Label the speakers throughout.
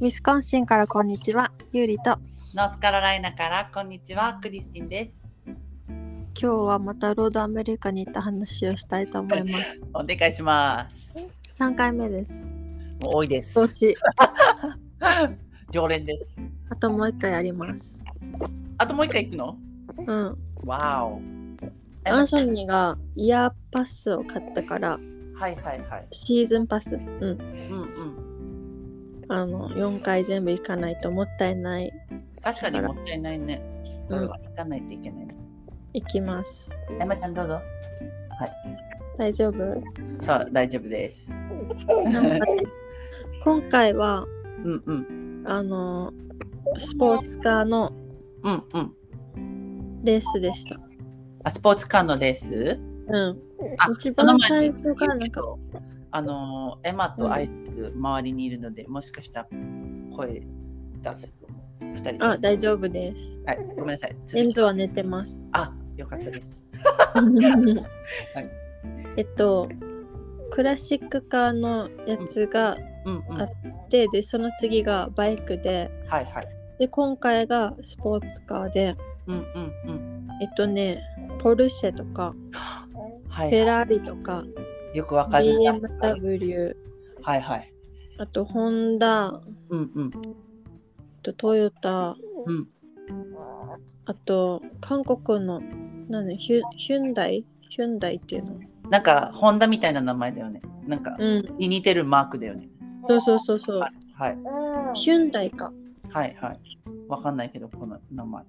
Speaker 1: ウィスコンシンからこんにちは、ゆうりと。
Speaker 2: ノースカロライナからこんにちは、クリスティンです。
Speaker 1: 今日はまたロードアメリカに行った話をしたいと思い ます。
Speaker 2: お願いします。
Speaker 1: 3回目です。
Speaker 2: もう多いです
Speaker 1: 投。資。
Speaker 2: 常連です。
Speaker 1: あともう一回やります。
Speaker 2: あともう一回行くの
Speaker 1: うん。
Speaker 2: わお。え
Speaker 1: アンソニーがイヤーパスを買ったから、
Speaker 2: はいはいはい。
Speaker 1: シーズンパス。うん。
Speaker 2: うんうん。
Speaker 1: あの、4回全部行かないともったいない。
Speaker 2: 確かにもったいないね。
Speaker 1: う
Speaker 2: それ
Speaker 1: ん
Speaker 2: は行かないといけないね。
Speaker 1: 行きます。
Speaker 2: エマちゃんどうぞ。
Speaker 1: 大丈 夫
Speaker 2: そう、大丈夫です。
Speaker 1: なんか今回は、
Speaker 2: うんうん。
Speaker 1: あの、スポーツカーの
Speaker 2: うんうん。
Speaker 1: レースでした。
Speaker 2: あ、スポーツカーのレース
Speaker 1: うん。
Speaker 2: あ
Speaker 1: 一
Speaker 2: この
Speaker 1: 番
Speaker 2: 前
Speaker 1: 最初からなんか、
Speaker 2: あのーエマとアイス周りにいるので、もしかしたら声出すと思う。二人とも
Speaker 1: あ、大丈夫です。
Speaker 2: はい、ごめんなさい。続
Speaker 1: エン
Speaker 2: き
Speaker 1: ゾは寝てます。
Speaker 2: あ、よかったです。い
Speaker 1: えっと、クラシックカーのやつが
Speaker 2: うんうん。は
Speaker 1: あで、で、その次がバイクで、
Speaker 2: いはい。
Speaker 1: で、今回がスポーツカーで、
Speaker 2: うんうんうん。
Speaker 1: えっとね、ポルシェとか、
Speaker 2: は
Speaker 1: フ
Speaker 2: い
Speaker 1: ェ。ラーリとか、
Speaker 2: よくわかる。
Speaker 1: BMW、
Speaker 2: はいはい。
Speaker 1: あとホンダ、
Speaker 2: うんうん。
Speaker 1: あとトヨタ、
Speaker 2: うん
Speaker 1: あと韓国の何ヒュヒュンダイヒュンダイっていうの
Speaker 2: なんか、ホンダみたいな名前だよね。なんか、
Speaker 1: うん
Speaker 2: に似てるマークだよね。
Speaker 1: そうそうそうそう
Speaker 2: はいはい
Speaker 1: ヒュンダイか
Speaker 2: はいはい。わかんないけど、この名前。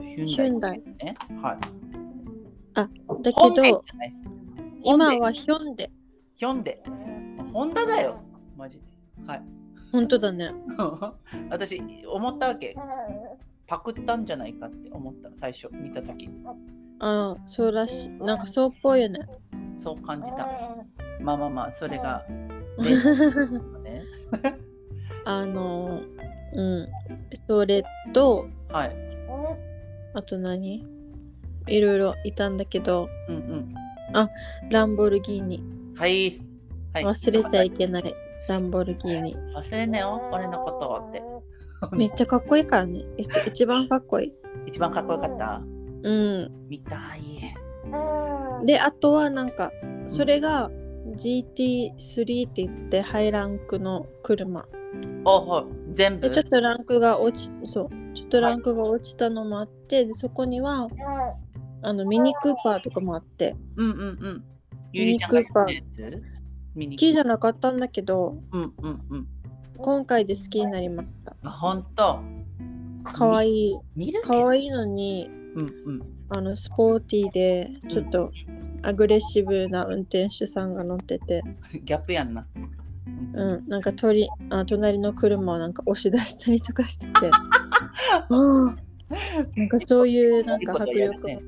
Speaker 1: ヒュンダイ
Speaker 2: ね。はい。
Speaker 1: だけ
Speaker 2: ホンデじ
Speaker 1: ど
Speaker 2: ゃない。
Speaker 1: 今はヒョンデ
Speaker 2: ヒョンデ。ホンダだよ。マジで。はい。
Speaker 1: 本当だね
Speaker 2: 私、思ったわけ。パクったんじゃないかって思った、最初見たとき。
Speaker 1: ああそうらしいなんかそうっぽいよね
Speaker 2: そう感じた。まあまあまあ、それが。ね、
Speaker 1: あのうんそれと
Speaker 2: はい。
Speaker 1: あと何いろいろいたんだけど
Speaker 2: うん
Speaker 1: ランボルギーニ
Speaker 2: うん。はい。はい、
Speaker 1: 忘れちゃいけないランボルギーニ
Speaker 2: 忘れなよ、俺のことをって。
Speaker 1: めっちゃかっこいいからね。一一番かっこいい。
Speaker 2: 一番かっこよかった。
Speaker 1: うん。
Speaker 2: 見たい。
Speaker 1: で、あとはなんか、それが GT3 って言って、ハイランクの車。
Speaker 2: おほ、全部。
Speaker 1: で、ちょっとランクが落ち、そう、ちょっとランクが落ちたのもあって、でそこには、あの、ミニクーパーとかもあって、
Speaker 2: うんうんうん。ゆりちゃんが好きなやつ見に
Speaker 1: キーじゃなかったんだけど、
Speaker 2: うんうんうん。
Speaker 1: 今回で好きになりました。
Speaker 2: あ、ほんと。
Speaker 1: かわいい。
Speaker 2: 見るけ
Speaker 1: か
Speaker 2: ど。
Speaker 1: わいいのに、
Speaker 2: うんうん。
Speaker 1: あの、スポーティーで、ちょっと、アグレッシブな運転手さんが乗ってて、
Speaker 2: ギャップやんな。
Speaker 1: うん、なんか鳥あ隣の車をなんか押し出したりとかしててうんなんかそういうなんか迫力が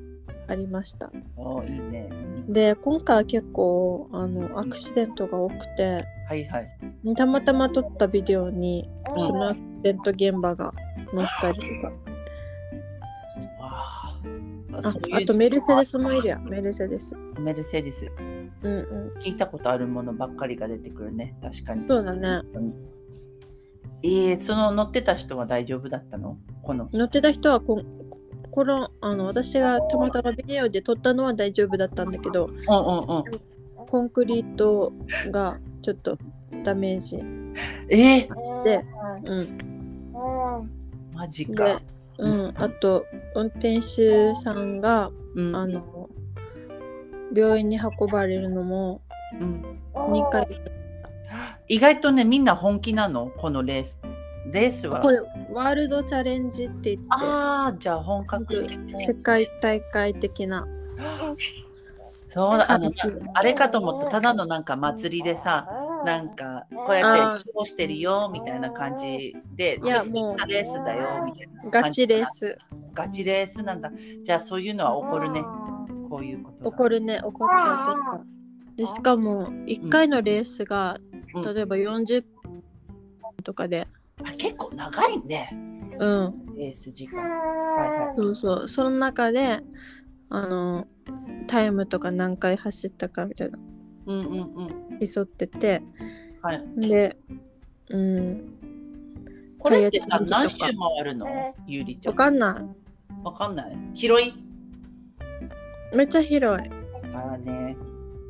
Speaker 1: ありました
Speaker 2: おいいね。
Speaker 1: で今回は結構あのアクシデントが多くて
Speaker 2: はいはい。
Speaker 1: たまたま撮ったビデオに
Speaker 2: うん
Speaker 1: そのアクシデント現場が載ったりとか
Speaker 2: わあ。
Speaker 1: あ
Speaker 2: そういう
Speaker 1: あとメルセデスもいるやんメルセデス
Speaker 2: メルセデス。
Speaker 1: うんう
Speaker 2: 聞いたことあるものばっかりが出てくるね。確かに。
Speaker 1: んそうだね
Speaker 2: えー、その乗ってた人は大丈夫だったのこの。
Speaker 1: 乗ってた人はこんこのあの私がたまたまビデオで撮ったのは大丈夫だったんだけど
Speaker 2: うんうんうん。
Speaker 1: コンクリートがちょっとダメージ。
Speaker 2: えー、
Speaker 1: でうん。
Speaker 2: マジ
Speaker 1: で
Speaker 2: か。、
Speaker 1: うん。あと、運転手さんが、
Speaker 2: うん
Speaker 1: あの、病院に運ばれるのも
Speaker 2: うん、
Speaker 1: 2回。
Speaker 2: 意外とね、みんな本気なのこのレース。レースは。
Speaker 1: これ、ワールドチャレンジって言っ
Speaker 2: ああ、じゃあ本格。
Speaker 1: て、世界大会的な。
Speaker 2: そうだ、あの
Speaker 1: 感じ、
Speaker 2: あれかと思った。ただのなんか祭りでさ、なんか、こうやって主張してるよ、みたいな感じで、
Speaker 1: いや
Speaker 2: ちょっとレースだよ、みたいな。
Speaker 1: ガチレース。
Speaker 2: ガチレースなんだ。じゃあそういうのは起こるね。こういうことが。
Speaker 1: 起こるね、起こった起こった。で、しかも、1回のレースが、
Speaker 2: うん
Speaker 1: 例えば40とかで、
Speaker 2: あ結構長いね、
Speaker 1: うん。
Speaker 2: レース時間。はい
Speaker 1: そうそう、その中で、あの、タイムとか何回走ったかみたいな、
Speaker 2: うんうんうん。
Speaker 1: 競ってて、
Speaker 2: はい。
Speaker 1: で、うん、
Speaker 2: これってさ、
Speaker 1: タイヤチェンジとか
Speaker 2: 何周回るのゆりちゃ
Speaker 1: わ
Speaker 2: ん。
Speaker 1: かんな
Speaker 2: わかんない。広い
Speaker 1: い。めっちゃ広い。
Speaker 2: ああね。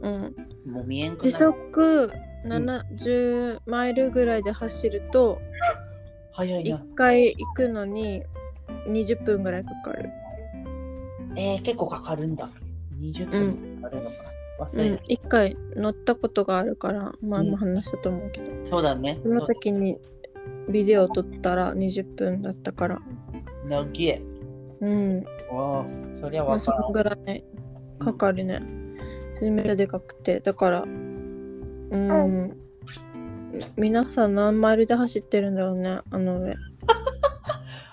Speaker 1: うん。
Speaker 2: もう見えんく
Speaker 1: 時
Speaker 2: なる。
Speaker 1: 速70マイルぐらいで走ると、
Speaker 2: 早いな。
Speaker 1: 1回行くのに20分ぐらいかかる。
Speaker 2: えー、結構かかるんだ。20分かかるのか。忘
Speaker 1: うん
Speaker 2: れ、た。
Speaker 1: 1回乗ったことがあるから、まあ、
Speaker 2: うん
Speaker 1: もう話したと思うけど、
Speaker 2: そうだね。
Speaker 1: その時にビデオ撮ったら20分だったから、
Speaker 2: なぎえ。
Speaker 1: うん、
Speaker 2: わあ、そりゃ
Speaker 1: ま
Speaker 2: わ
Speaker 1: あ、
Speaker 2: か
Speaker 1: そ
Speaker 2: ら
Speaker 1: の
Speaker 2: ん。
Speaker 1: ぐらいかかるね。でめっちゃでかくて、だから、うん、皆さん何マイルで走ってるんだろうね、あの上。
Speaker 2: うん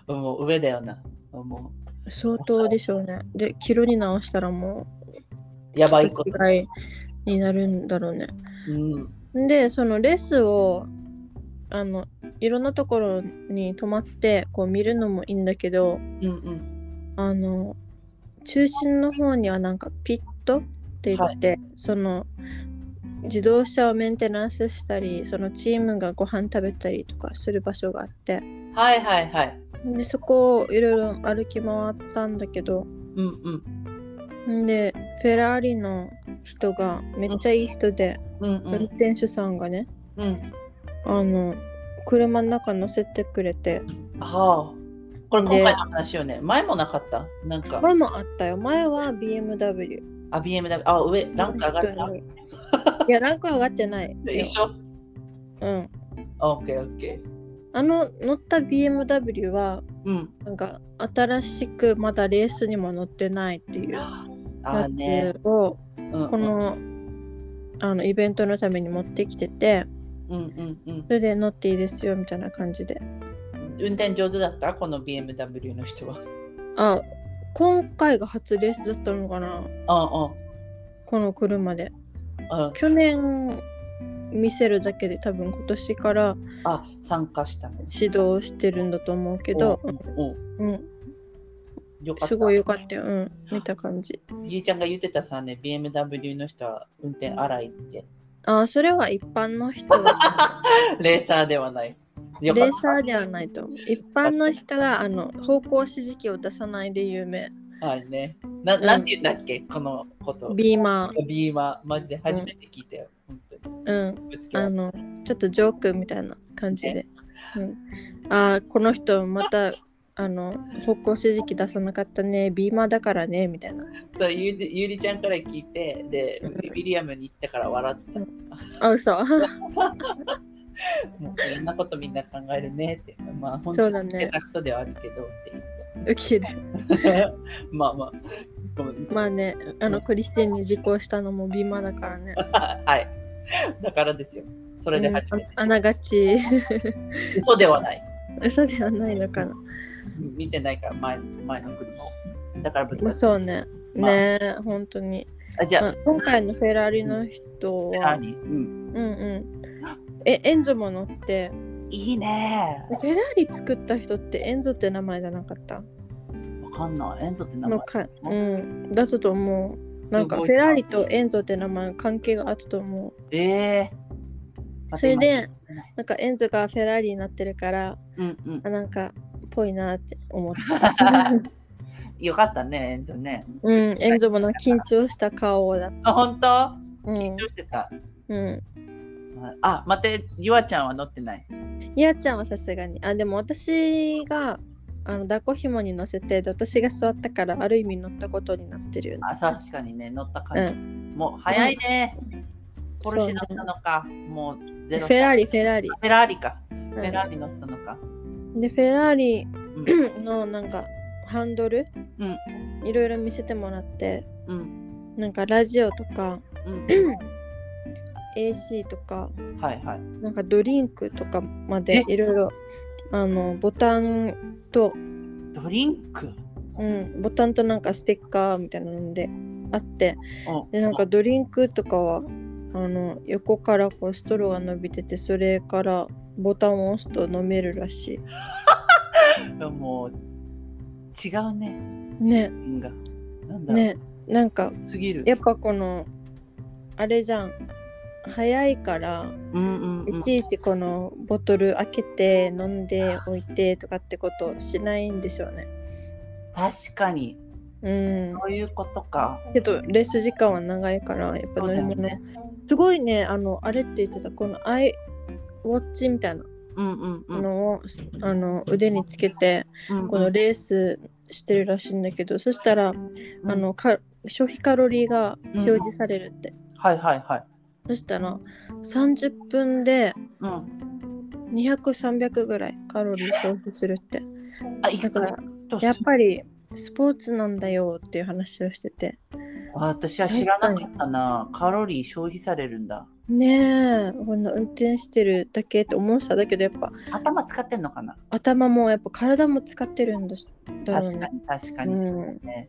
Speaker 2: もう上だよな。も
Speaker 1: 相当でしょうね。で、キロに直したらも
Speaker 2: う、やばいこ
Speaker 1: う、
Speaker 2: と。
Speaker 1: 違いになるんだろうね。
Speaker 2: うん。
Speaker 1: で、そのレースを、あの、いろんなところに泊まって、こう見るのもいいんだけど、
Speaker 2: うんうん。
Speaker 1: あの、中心の方にはなんかピットって言って、その、自動車をメンテナンスしたり、そのチームがご飯食べたりとかする場所があって、
Speaker 2: はいはいはい。
Speaker 1: で、そこをいろいろ歩き回ったんだけど、
Speaker 2: うんうん。
Speaker 1: んでフェラーリの人がめっちゃいい人で、
Speaker 2: うんう
Speaker 1: 運
Speaker 2: ん。
Speaker 1: 転手さんがね
Speaker 2: うん。
Speaker 1: あの車の中乗せてくれて
Speaker 2: はあ。これ今
Speaker 1: で
Speaker 2: 回の話よね。前もなかったなんか、
Speaker 1: 前もあったよ前は BMW
Speaker 2: あ、BMW、あ、上、ランク上がった
Speaker 1: 人。にいやランク上がってない
Speaker 2: 一緒
Speaker 1: うん
Speaker 2: あオッケーオッケー。
Speaker 1: あの乗った BMW は
Speaker 2: うん。
Speaker 1: なんか新しくまだレースにも乗ってないっていうや
Speaker 2: あーね。
Speaker 1: つを
Speaker 2: うん
Speaker 1: こ、のあのイベントのために持ってきてて
Speaker 2: うんうんうん
Speaker 1: そ。れで乗っていいですよみたいな感じで
Speaker 2: 運転上手だったこの BMW の人は。
Speaker 1: あ今回が初レースだったのかな
Speaker 2: あ
Speaker 1: この車で
Speaker 2: あ、うん。
Speaker 1: 去年見せるだけで多分今年から
Speaker 2: あ、参加したの。
Speaker 1: 指導してるんだと思うけど、
Speaker 2: おお
Speaker 1: うん、
Speaker 2: よかった。
Speaker 1: すごい良かったよ、うん、見た感じ
Speaker 2: ゆいちゃんが言ってたさね、BMW の人は運転荒いって。
Speaker 1: あそれは一般の人は
Speaker 2: レーサーではない。
Speaker 1: レ
Speaker 2: よかっ
Speaker 1: ーサーではないと思う一般の人があの方向指示器を出さないで有名
Speaker 2: た。はいね。ななんて言うんだっけ、このこと。
Speaker 1: ビーマ
Speaker 2: ビーマー、マジで初めて聞いたよ。本当に。
Speaker 1: ーうん
Speaker 2: ぶつけ合
Speaker 1: あ
Speaker 2: う
Speaker 1: のちょっとジョークみたいな感じで、うん、あーこの人またあの方向指示器出さなかったねビーマーだからねみたいな
Speaker 2: そうゆりゆりちゃんから聞いて、で、ウィリアムに行ったから笑ってた。
Speaker 1: あ嘘
Speaker 2: もういろんなことみんな考えるねって。まあ、本
Speaker 1: そ
Speaker 2: 当
Speaker 1: う
Speaker 2: に
Speaker 1: だ
Speaker 2: 下手
Speaker 1: ね
Speaker 2: くそではあるけどって 言って。
Speaker 1: ウケる
Speaker 2: まあまあ。ごめん。
Speaker 1: まあねあのクリスティンに実行したのもビーマーだからね
Speaker 2: はい。だからですよ。それで初
Speaker 1: うん
Speaker 2: めて。
Speaker 1: あながち
Speaker 2: 嘘ではない。
Speaker 1: 嘘ではないのかな、
Speaker 2: 見てないから前前の車を。だからぶつか
Speaker 1: まあ、
Speaker 2: った
Speaker 1: そうね
Speaker 2: まあ
Speaker 1: ねえ本当に、
Speaker 2: あじゃ
Speaker 1: ま
Speaker 2: あ、
Speaker 1: あ、今回のフェラーリの人
Speaker 2: フェ
Speaker 1: は
Speaker 2: ラーリうん。
Speaker 1: うんうんえエンゾも乗って
Speaker 2: いいね
Speaker 1: フェラーリ作った人ってエンゾって名前じゃなかった
Speaker 2: わかんない。エンゾって名前
Speaker 1: の。か、うん、だったと思う。なんか
Speaker 2: す
Speaker 1: フ
Speaker 2: ごい
Speaker 1: ェラーリとエンゾって名前関係があったと思う。
Speaker 2: ええー。
Speaker 1: それで
Speaker 2: 待って。今
Speaker 1: なんかエンゾがフェラーリになってるから、
Speaker 2: うんうん
Speaker 1: あ。なんかぽいなって思った。
Speaker 2: よかったね、エンゾね。
Speaker 1: うん、エンゾもなんか緊張した顔だ。
Speaker 2: あ、本当
Speaker 1: うん
Speaker 2: ど、うしてた
Speaker 1: う
Speaker 2: あ、待って、ゆわちゃんは乗ってない。
Speaker 1: ん。やちゃんはさすがに。あ、でも私があの抱っこ紐に乗せて、で私が座ったからある意味乗ったことになってるよね。
Speaker 2: あ、確かにね、乗った
Speaker 1: う
Speaker 2: 感じ。
Speaker 1: ん。
Speaker 2: もう早いね。ポルシェ乗っ
Speaker 1: そう
Speaker 2: た
Speaker 1: ね
Speaker 2: のか、もう
Speaker 1: フ
Speaker 2: ゼロ。
Speaker 1: ェラーリ、フェラーリ。
Speaker 2: フェラーリか。フェ
Speaker 1: う
Speaker 2: ラーリ乗ったのか。
Speaker 1: ん、で、フェラーリ
Speaker 2: う
Speaker 1: のなんかハンドル、
Speaker 2: うん
Speaker 1: いろいろ見せてもらって、
Speaker 2: うん。
Speaker 1: なんかラジオとか
Speaker 2: うん。
Speaker 1: AC とか
Speaker 2: はいはい。
Speaker 1: なんかドリンクとかまで
Speaker 2: え
Speaker 1: いろいろあのボタンと、
Speaker 2: ドリンク。
Speaker 1: うん、ボタンとなんかステッカーみたいなのであって
Speaker 2: う
Speaker 1: でなんかドリンクとかはあの横からこうストローが伸びててそれからボタンを押すと飲めるらし
Speaker 2: もう、違うね。
Speaker 1: いね
Speaker 2: 瓶が。なんだろう。
Speaker 1: ねなんか
Speaker 2: すぎる。
Speaker 1: やっぱこのあれじゃん早いから
Speaker 2: うんうんうん
Speaker 1: いちいちこのボトル開けて飲んでおいてとかってことをしないんでしょうね。
Speaker 2: 確かに
Speaker 1: うん、
Speaker 2: そういうことか
Speaker 1: けどレース時間は長いからやっぱ
Speaker 2: そう
Speaker 1: 飲
Speaker 2: だ
Speaker 1: み
Speaker 2: よ
Speaker 1: 物、
Speaker 2: ね
Speaker 1: すごいねあのあれって言ってたこのアイウォッチみたいな
Speaker 2: うんうんうん
Speaker 1: のを、あの腕につけて
Speaker 2: うんうん
Speaker 1: このレースしてるらしいんだけどそしたら
Speaker 2: うん
Speaker 1: あのか消費カロリーが表示されるって、
Speaker 2: はいはいはい
Speaker 1: そしたら30分で
Speaker 2: うん
Speaker 1: 200300ぐらいカロリー消費するって
Speaker 2: あい
Speaker 1: だから
Speaker 2: と
Speaker 1: やっぱりスポーツなんだよっていう話をしてて
Speaker 2: あ私は知らなかったなカロリー消費されるんだ
Speaker 1: ねえこんな運転してるだけって思うさだけどやっぱ
Speaker 2: 頭使ってんのかな
Speaker 1: 頭もやっぱ体も使ってるんだしだろう
Speaker 2: 確か
Speaker 1: ね
Speaker 2: に確かにそうですね、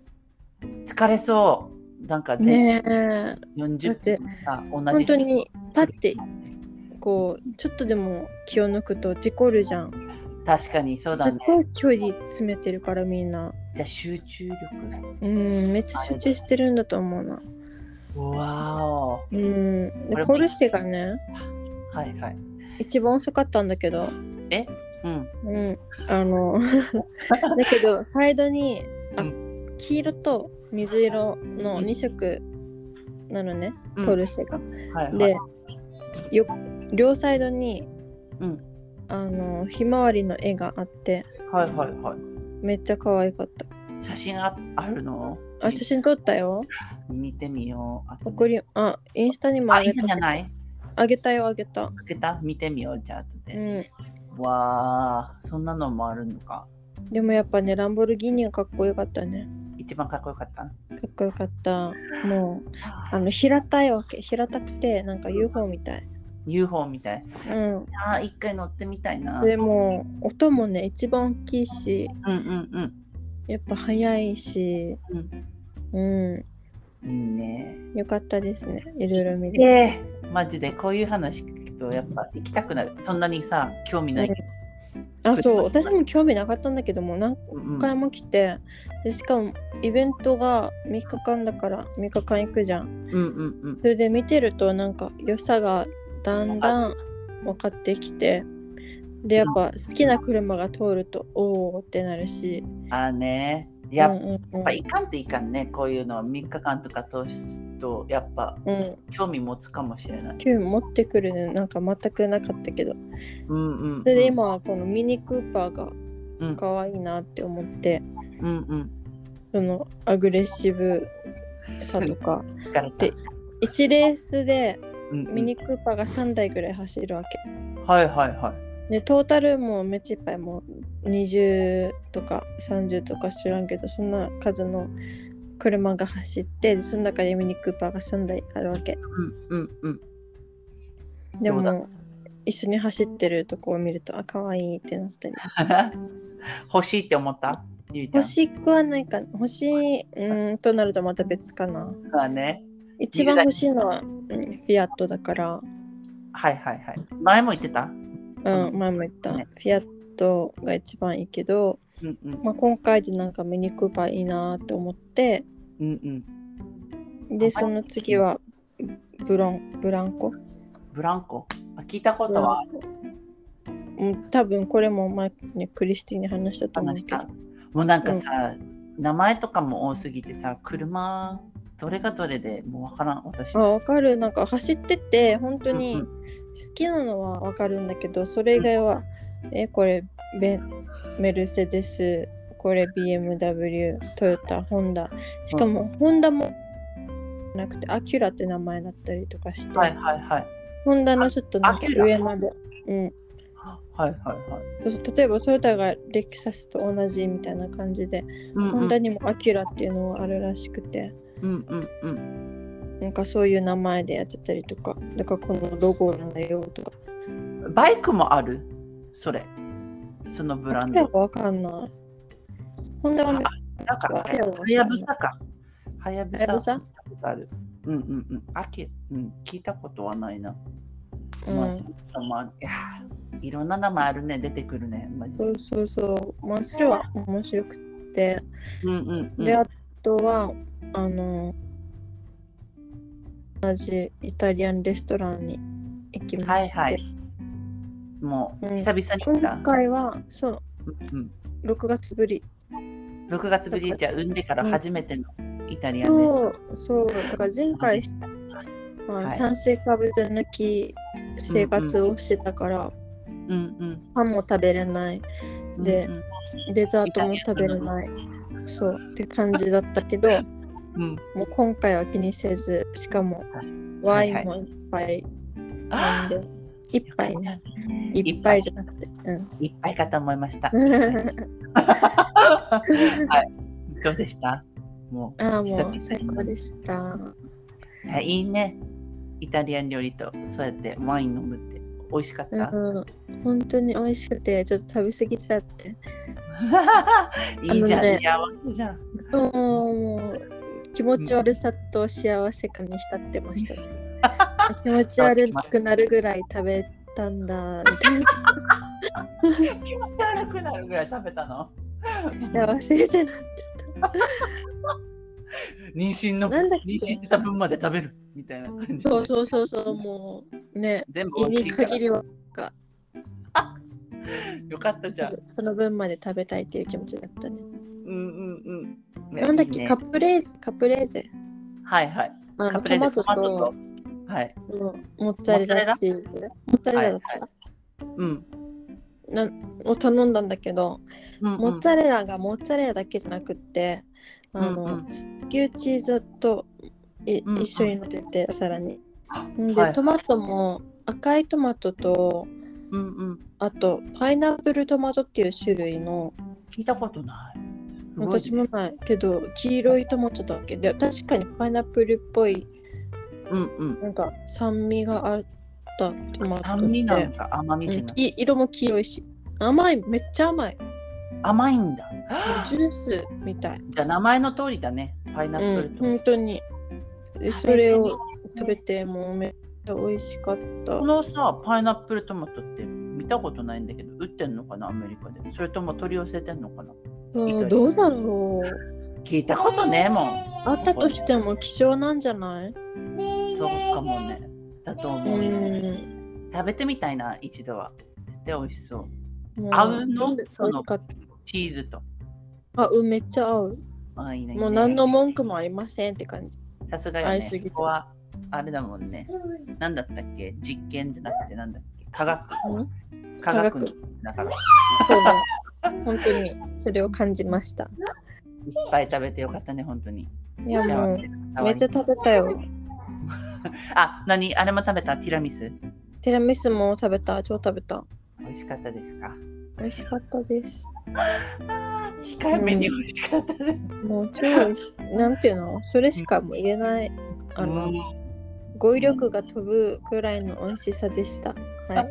Speaker 2: 疲れそうなんか全
Speaker 1: ねえ
Speaker 2: 身
Speaker 1: だって
Speaker 2: 40分が同
Speaker 1: 本
Speaker 2: じ
Speaker 1: 当にパッてこうちょっとでも気を抜くと事故るじゃん
Speaker 2: 確かにそうだ
Speaker 1: すっ
Speaker 2: ね
Speaker 1: ごい距離詰めてるからみんな
Speaker 2: じゃあ集中力
Speaker 1: うんめっちゃ集中してるんだと思うな
Speaker 2: わお
Speaker 1: うん
Speaker 2: これ
Speaker 1: で
Speaker 2: も
Speaker 1: ポルシェがね
Speaker 2: はいはい
Speaker 1: 一番遅かったんだけど
Speaker 2: えうん
Speaker 1: うんあの だけどサイドにあ
Speaker 2: う
Speaker 1: 黄色と水色の2色なのね
Speaker 2: うん
Speaker 1: ポルシェが
Speaker 2: はいはい
Speaker 1: でよ両サイドに
Speaker 2: うん
Speaker 1: あのひまわりの絵があって
Speaker 2: はいはいはい
Speaker 1: めっちゃ可愛かった
Speaker 2: 写真ああるの
Speaker 1: あ写真撮ったよ。
Speaker 2: 見てみようあと
Speaker 1: 送りあインスタにも
Speaker 2: あ
Speaker 1: あ
Speaker 2: いい
Speaker 1: げ
Speaker 2: じゃ
Speaker 1: た。
Speaker 2: ない
Speaker 1: あげたよあげた。
Speaker 2: 開けた見てみようじゃあ後
Speaker 1: う
Speaker 2: で、
Speaker 1: ん。
Speaker 2: わあそんなのもあるのか
Speaker 1: でもやっぱねランボルギーニがかっこよかったね。
Speaker 2: 一番かっこよかった
Speaker 1: かっこよかった。もうあの平たいわけ平たくてなんか UFO みたい。。
Speaker 2: UFO みたいうあー一回乗ってみたいなん
Speaker 1: でも音もね一番大きいし
Speaker 2: うんうんうん
Speaker 1: やっぱ速いし。うん。
Speaker 2: いいね。
Speaker 1: よかったですね。いろいろ見れて。
Speaker 2: えマジでこういう話聞くとやっぱ行きたくなる。そんなにさ、興味ないけど。
Speaker 1: あそう私も興味なかったんだけども何
Speaker 2: うんうん
Speaker 1: 回も来てでしかもイベントが3日間だから3日間行くじゃん。
Speaker 2: うんうん
Speaker 1: それで見てるとなんか良さがだんだん分かってきてでやっぱ好きな車が通るとおおってなるし
Speaker 2: うん。あーね。やっ
Speaker 1: うんうんうん
Speaker 2: ぱいかんといかんね。こういうの3日間とか通すと、やっぱ
Speaker 1: うん
Speaker 2: 興味持つかもしれない。
Speaker 1: 興味持ってくるねなんか全くなかったけど
Speaker 2: うんうん、うん。
Speaker 1: それで、今はこのミニクーパーが
Speaker 2: うん、
Speaker 1: 可愛いなって思って
Speaker 2: うんうん。
Speaker 1: そのアグレッシブさと か
Speaker 2: 疲れた
Speaker 1: で1レースで
Speaker 2: うんうん
Speaker 1: ミニクーパーが3台ぐらい走るわけ
Speaker 2: はいはいはい。
Speaker 1: でトータルもめっちゃいっぱいもう20とか30とか知らんけどそんな数の車が走ってでその中でミニクーパーが3台あるわけ
Speaker 2: うんうんうん。
Speaker 1: で
Speaker 2: そうだ
Speaker 1: も一緒に走ってるとこを見るとあ可愛いってなったり
Speaker 2: 欲しいって思ったゆいちゃん。
Speaker 1: 欲しくはないか欲しいうーんとなるとまた別かな
Speaker 2: はね。
Speaker 1: 一番欲しいのは、うん、フィアットだから、
Speaker 2: はいはいはい。前も言ってた
Speaker 1: うん、前も言ったフィアットが一番いいけど、
Speaker 2: うんうん。
Speaker 1: まあ、今回でなんかミニクーパーいいなって思って
Speaker 2: うんうん。
Speaker 1: で、その次はブロン、ブランコ。
Speaker 2: ブランコ。あ聞いたことは
Speaker 1: うん、多分これも前にクリスティに話したと思う
Speaker 2: 話
Speaker 1: け
Speaker 2: し
Speaker 1: ど
Speaker 2: た。もうなんかさ、名前とかも多すぎてさ、車、どれがどれでもうわからん、私。
Speaker 1: あ、わかる。なんか走ってて、本当
Speaker 2: う
Speaker 1: に
Speaker 2: ん
Speaker 1: 好きなのはわかるんだけど、それ以外は、え、これベ、メルセデス、これ BMW、トヨタ、ホンダ。しかも、ホンダもなくて、アキュラって名前だったりとかして、
Speaker 2: はいはいはい。
Speaker 1: ホンダのちょっとなん
Speaker 2: あ
Speaker 1: か
Speaker 2: アキュラ
Speaker 1: 上まで。うん、
Speaker 2: はいはいはい。
Speaker 1: そうそう例えばトヨタがレクサスと同じみたいな感じで
Speaker 2: うん
Speaker 1: ホ
Speaker 2: う
Speaker 1: ン
Speaker 2: ん
Speaker 1: ダにもアキュラっていうのがあるらしくて、
Speaker 2: うんうんうん。
Speaker 1: なんかそういう名前でやってたりとか、だからこのロゴなんだよとか。
Speaker 2: バイクもあるそれ。そのブラ
Speaker 1: ア
Speaker 2: ン
Speaker 1: キュラ
Speaker 2: ド。
Speaker 1: はわかんない。ホンダは
Speaker 2: だから、
Speaker 1: アキラは
Speaker 2: はやぶさか。はやぶ
Speaker 1: ハヤブ
Speaker 2: さ。
Speaker 1: サ
Speaker 2: ある。うんうんうん。あき、うん、聞いたことはないな。
Speaker 1: う
Speaker 2: まあ
Speaker 1: ん。
Speaker 2: まあいやーいろんな名前あるね、出てくるね。マジで
Speaker 1: そうそうそう。まあそれは面白くて。
Speaker 2: うんうんうん。
Speaker 1: で、あとは、あの、同じイタリアンレストランに行きまして、
Speaker 2: はいはいもう
Speaker 1: うん
Speaker 2: 久々に来た、
Speaker 1: 今回はそう
Speaker 2: うん
Speaker 1: 6月ぶり
Speaker 2: うん、6月ぶりじゃあ産んでから
Speaker 1: うん
Speaker 2: 初めてのイタリアンです、
Speaker 1: とそうだから前回、まあ
Speaker 2: はい
Speaker 1: 炭水化物抜き生活をしてたから、
Speaker 2: うんうん
Speaker 1: パンも食べれない
Speaker 2: うん、
Speaker 1: でデザートも食べれないそうって感じだったけど
Speaker 2: うん、うん
Speaker 1: もう今回は気にせずしかも
Speaker 2: はい
Speaker 1: ワイ
Speaker 2: はいは
Speaker 1: ン
Speaker 2: い
Speaker 1: もいっぱい飲ん
Speaker 2: あ
Speaker 1: で、一杯ね
Speaker 2: いっぱ
Speaker 1: いっぱ
Speaker 2: い
Speaker 1: いじゃなくてうん
Speaker 2: いっぱいかと思いました どうでしたも
Speaker 1: ああも
Speaker 2: 久々
Speaker 1: う
Speaker 2: に
Speaker 1: 最高でした
Speaker 2: うあいいねイタリアン料理とそうやってワイン飲むって美味しかった、
Speaker 1: うん本当に美味しくてちょっと食べ過ぎちゃって
Speaker 2: いいじゃん、
Speaker 1: あのね
Speaker 2: 幸せじゃん。
Speaker 1: そうもう気持ち悪さと幸せ感に浸ってました、ね、気持ち悪くなるぐらい食べたんだみたいな
Speaker 2: 気持ち悪くなるぐらい食べたの。
Speaker 1: 幸せってなって
Speaker 2: 妊娠の
Speaker 1: なんだっけ
Speaker 2: 妊娠してた分まで食べるみたいな感じ。
Speaker 1: たそうそうそうそうもうね
Speaker 2: 全部
Speaker 1: 胃
Speaker 2: 美味し
Speaker 1: に
Speaker 2: いか
Speaker 1: 限
Speaker 2: ら
Speaker 1: りは
Speaker 2: よかったじゃん。
Speaker 1: その分まで食べたいっていう気持ちだったね
Speaker 2: うんうんうん。
Speaker 1: なんだっけ
Speaker 2: いいね
Speaker 1: カプレーゼカプレーゼ
Speaker 2: はいはい。
Speaker 1: あ
Speaker 2: カ
Speaker 1: の
Speaker 2: プ
Speaker 1: ト
Speaker 2: レー
Speaker 1: マ
Speaker 2: ゼト
Speaker 1: ト
Speaker 2: マト
Speaker 1: と
Speaker 2: と。はい。
Speaker 1: うんモッツァレラチーズモッツァレラだった、
Speaker 2: はいうん。
Speaker 1: を頼んだんだけど、
Speaker 2: うんうん
Speaker 1: モッツァレラがモッツァレラだけじゃなくってあの、
Speaker 2: うんうん
Speaker 1: 牛チーズとい、
Speaker 2: うんうん
Speaker 1: 一緒に乗っててさらに、で、
Speaker 2: はい
Speaker 1: トマトも赤いトマトと
Speaker 2: うんうん。
Speaker 1: あとパイナップルトマトっていう種類の
Speaker 2: 聞いたことない。すごいね
Speaker 1: 私も。ないけど黄色いトマトだっけで確かにパイナップルっぽい
Speaker 2: うんうん。
Speaker 1: なんか酸味があったトマト
Speaker 2: 酸
Speaker 1: で
Speaker 2: 味なんか甘み
Speaker 1: う
Speaker 2: じゃ
Speaker 1: ん
Speaker 2: な
Speaker 1: き
Speaker 2: い。
Speaker 1: 色も黄色いし甘いめっちゃ甘い
Speaker 2: 甘いんだ。
Speaker 1: ジュースみたい
Speaker 2: じゃあ名前の通りだね。パイナップ
Speaker 1: うん
Speaker 2: ルと。
Speaker 1: 本当にでそれを食べてもうめっちゃ美味しかった
Speaker 2: このさ、パイナップルトマトって見たことないんだけど、売ってんのかな、アメリカで。それとも取り寄せてんのかな。
Speaker 1: そうどうだろう
Speaker 2: 聞いたことねえもん。
Speaker 1: あったとしても希少なんじゃない
Speaker 2: そうかもね。だと
Speaker 1: う
Speaker 2: 思う、ね。
Speaker 1: ん
Speaker 2: 食べてみたいな、一度は。絶対美味しそう。
Speaker 1: も
Speaker 2: 合うの
Speaker 1: 全部
Speaker 2: そ
Speaker 1: 美味
Speaker 2: の
Speaker 1: しかった
Speaker 2: チーズと。
Speaker 1: あうんめっちゃ合う
Speaker 2: あいいね、
Speaker 1: もう何の文句もありませんって感じ
Speaker 2: さすがよ
Speaker 1: 合
Speaker 2: ね。
Speaker 1: いすぎて
Speaker 2: そこは、あれだもんね。なんだったっけ実験じゃなくて、なんだっけ科学。科学
Speaker 1: 科学
Speaker 2: だから、い
Speaker 1: そうだ本当にそれを感じました
Speaker 2: っぱい食べてよかったね、本当に。
Speaker 1: いやもう
Speaker 2: う
Speaker 1: めっちゃ食べたよ
Speaker 2: あ、何あれも食べたティラミス。
Speaker 1: ティラミスも食べた超食べた
Speaker 2: 美味しかったですか
Speaker 1: 美味しかったです
Speaker 2: 控えめに美味しかったです。
Speaker 1: もう超美味しなんていうのそれしかもう言えないあの、
Speaker 2: うん
Speaker 1: 語彙力が飛ぶくらいの美味しさでしたは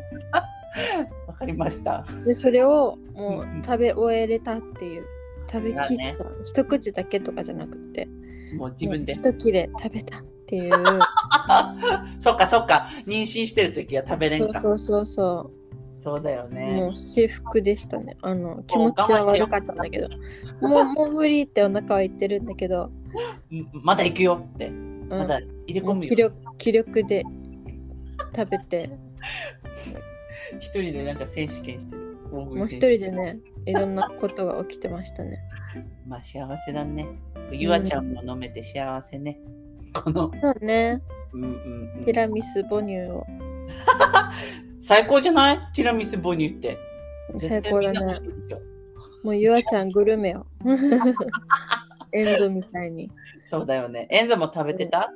Speaker 2: わかりました。
Speaker 1: いでそれをも
Speaker 2: うんうん
Speaker 1: う食べ終えれたっていう食べきった、
Speaker 2: だね
Speaker 1: 一口だけとかじゃなくて
Speaker 2: もう自分で
Speaker 1: も。う一切れ食べたっていう
Speaker 2: そっかそっか。妊娠してる時は食べれ
Speaker 1: そ
Speaker 2: ん
Speaker 1: う
Speaker 2: か。
Speaker 1: そ
Speaker 2: そう
Speaker 1: うそうそ
Speaker 2: だよ
Speaker 1: うも
Speaker 2: ね。
Speaker 1: う至福でしたねあの気持ちは悪かったんだけどもうもう無理ってお腹は言ってるんだけど、
Speaker 2: うんまだ行くよって。
Speaker 1: うん
Speaker 2: まだ入れ込
Speaker 1: もう
Speaker 2: む
Speaker 1: 気
Speaker 2: よ。
Speaker 1: 力気力で食べて
Speaker 2: 一人でなんか選手権してる。
Speaker 1: も
Speaker 2: も
Speaker 1: う一人で。ね、いろんなことが起きてましたね。
Speaker 2: まあ幸せだね。ゆあちゃんも飲めて幸せね。この、
Speaker 1: そうね、
Speaker 2: うんうんうん
Speaker 1: ティラミス母乳を
Speaker 2: 最高じゃないティラミス母乳って。
Speaker 1: 最高だ
Speaker 2: 絶対みんな
Speaker 1: ね
Speaker 2: 欲し。いでしょ
Speaker 1: もうゆあちゃんグルメ を。エンゾみたいに。
Speaker 2: そうだよね。エンゾも食べてた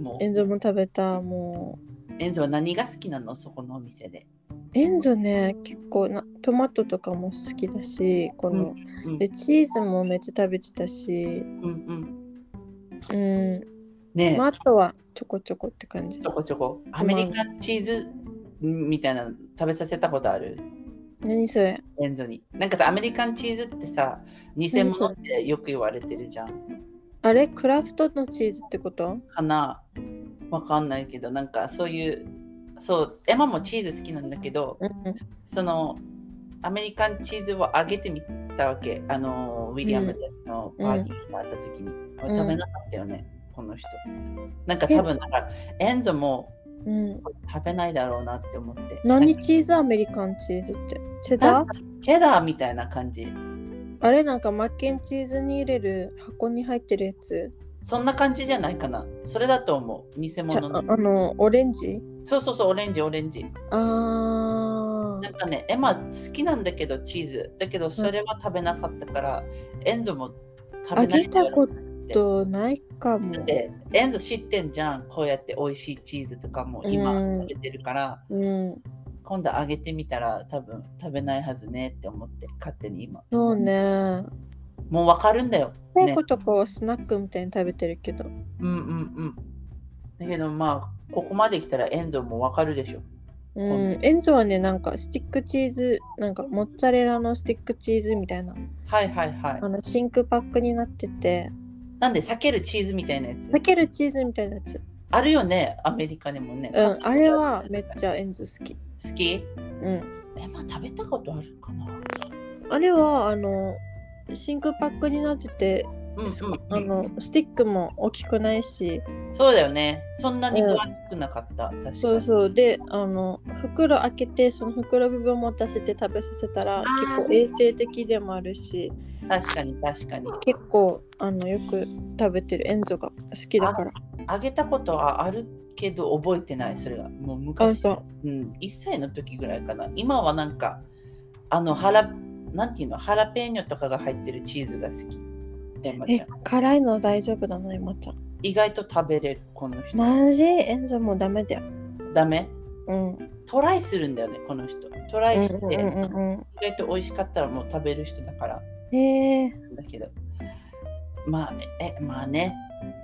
Speaker 2: もう
Speaker 1: エンゾも食べた、もう。
Speaker 2: エンゾは何が好きなのそこのお店で。
Speaker 1: エンゾね、結構なトマトとかも好きだし、この、
Speaker 2: うん
Speaker 1: でチーズもめっちゃ食べてたし、
Speaker 2: うん
Speaker 1: う
Speaker 2: うん。
Speaker 1: ん、
Speaker 2: ねえ
Speaker 1: まあ、あとはちょこちょこって感じ
Speaker 2: ち。ょこちょこ。アメリカンチーズみたいなの食べさせたことある
Speaker 1: 何それ
Speaker 2: エンゾに。なんかさ、アメリカンチーズってさ、偽
Speaker 1: 何そ
Speaker 2: 物
Speaker 1: れ
Speaker 2: ってよく言われてるじゃん。
Speaker 1: あれクラフトのチーズってこと
Speaker 2: かなわかんないけど、なんかそういう、そう、エマもチーズ好きなんだけど、
Speaker 1: うんうん。
Speaker 2: そのアメリカンチーズを揚げてみたわけ。あの、ウィリアムズのパーティーがあった時に。食べなかったよね。この人。なんか多分なんかエンゾも
Speaker 1: うん。
Speaker 2: 食べないだろうなって思って。
Speaker 1: 何
Speaker 2: なんか
Speaker 1: チーズアメリカンチーズってチェ
Speaker 2: な
Speaker 1: ダ
Speaker 2: ん
Speaker 1: ー
Speaker 2: かチェダーみたいな感じ。
Speaker 1: あれなんかマッケンチーズに入れる箱に入ってるやつ
Speaker 2: そんな感じじゃないかな。それだと思う。偽
Speaker 1: ちゃ
Speaker 2: 物
Speaker 1: あ
Speaker 2: の。
Speaker 1: あのオレンジ
Speaker 2: そうそうそう、オレンジ、オレンジ。
Speaker 1: あ
Speaker 2: な
Speaker 1: ー
Speaker 2: んかね、エマ好きなんだけど、チーズ。だけど、それは食べなかったから、エンゾも食べ
Speaker 1: あ
Speaker 2: ない
Speaker 1: げたこ
Speaker 2: だ
Speaker 1: とないかも
Speaker 2: ろうって。エンゾ知ってんじゃん。こうやって美味しいチーズとかも今
Speaker 1: うん
Speaker 2: 食べてるから、
Speaker 1: うん
Speaker 2: 今度あげてみたら多分食べないはずねって思って、勝手に今。
Speaker 1: そうね
Speaker 2: もうわかるんだよ。
Speaker 1: ペーコとかはスナックみたいに食べてるけど、
Speaker 2: うんうんうん。だけどまあ、ここまで来たらエンゾもわかるでしょ。
Speaker 1: うんエンゾはねなんかスティックチーズなんかモッツァレラのスティックチーズみたいな
Speaker 2: はいはいはい
Speaker 1: あ。の真空パックになってて
Speaker 2: なんで、避けるチーズみたいなやつ
Speaker 1: か。けるチーズみたいなやつ
Speaker 2: あるよね、アメリカにもね。
Speaker 1: うんあれはめっちゃエンゾ好き
Speaker 2: 好き
Speaker 1: うん
Speaker 2: え、まあ、食べたことあるかな
Speaker 1: あれはあの真空パックになってて、す
Speaker 2: うん
Speaker 1: あ
Speaker 2: うん、
Speaker 1: のスティックも大きくないし
Speaker 2: そうだよね。そんなに分厚くなかった。確かに。
Speaker 1: そうそうであの袋開けてその袋部分持たせて食べさせたら
Speaker 2: ー
Speaker 1: 結構衛生的でもあるし
Speaker 2: 確かに確かに。
Speaker 1: 結構あのよく食べてるエンゾが好きだから
Speaker 2: あげたことはあるけど覚えてない、それは。もう
Speaker 1: あ
Speaker 2: 昔、
Speaker 1: そう
Speaker 2: うん、1歳の時ぐらいかな。今はなんか、あの、ハラ、なんていうの、ハラペーニョとかが入ってるチーズが好き。エマち
Speaker 1: え
Speaker 2: ゃん
Speaker 1: 辛いの大丈夫だなエマちゃん
Speaker 2: 意外と食べれる、この人。
Speaker 1: マジエンゾもうダメだよ
Speaker 2: ダメ
Speaker 1: うん
Speaker 2: トライするんだよね、この人。トライして、
Speaker 1: うんうんうん
Speaker 2: 意外と美味しかったらもう食べる人だから。
Speaker 1: うんへえ
Speaker 2: だけどまあねえまあね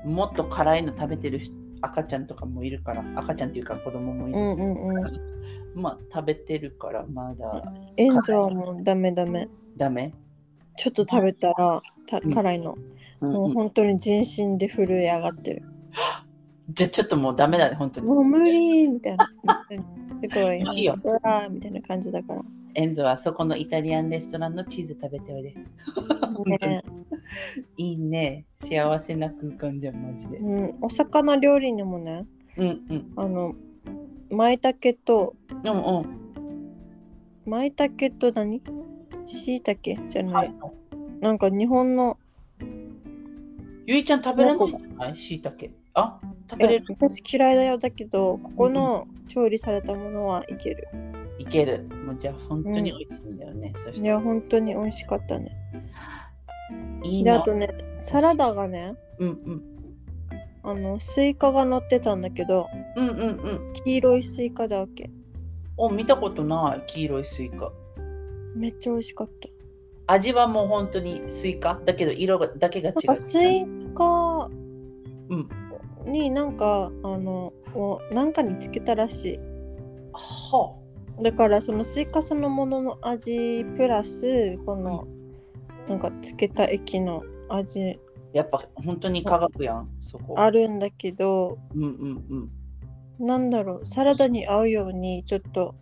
Speaker 2: もっと辛いの食べてる人赤ちゃんとかもいるから赤ちゃんっていうか子供もいる、
Speaker 1: うんうんうん
Speaker 2: まあ食べてるからまだ
Speaker 1: エンゾはもうダメダメ
Speaker 2: ダメ、
Speaker 1: ちょっと食べたらた
Speaker 2: うん
Speaker 1: 辛いの、
Speaker 2: うん
Speaker 1: もう本当に全身で震え上がってる、
Speaker 2: じゃあちょっともうダメだね本当に
Speaker 1: もう無理みたいなすごい
Speaker 2: いいよ
Speaker 1: うわーみたいな感じだから
Speaker 2: エンゾはそこのイタリアンレストランのチーズ食べておいで当に
Speaker 1: ね、
Speaker 2: いいね幸せな空間じゃんマジで
Speaker 1: うん、お魚料理にもね
Speaker 2: うんうん
Speaker 1: あの舞茸と
Speaker 2: うんうん
Speaker 1: 舞茸と何しいたけじゃな、
Speaker 2: はいい
Speaker 1: なんか日本の
Speaker 2: ゆいちゃん食べれないんじゃないしいたけあ食べれ
Speaker 1: え
Speaker 2: る
Speaker 1: 私嫌いだよだけどここの調理されたものはいける、
Speaker 2: いけるもうじゃあ本当に美味しいんだよね、そし
Speaker 1: い
Speaker 2: て
Speaker 1: や本当に美味しかったね
Speaker 2: いい
Speaker 1: であ
Speaker 2: な
Speaker 1: とねサラダがね
Speaker 2: うんうん
Speaker 1: あのスイカが乗ってたんだけど
Speaker 2: うんうんうん
Speaker 1: 黄色いスイカだわけ
Speaker 2: お見たことない黄色いスイカ
Speaker 1: めっちゃ美味しかった
Speaker 2: 味はもう本当にスイカだけど色がだけが
Speaker 1: な
Speaker 2: 違
Speaker 1: ん
Speaker 2: う
Speaker 1: かスイカ
Speaker 2: うん
Speaker 1: になんかあのをなんかにつけたらし
Speaker 2: はあ
Speaker 1: いだからそのスイカそのものの味プラスこのなんかつけた液の味
Speaker 2: やっぱ本当に科学やんそこ
Speaker 1: あるんだけど
Speaker 2: うんうんうん
Speaker 1: なんだろうサラダに合うようにちょっと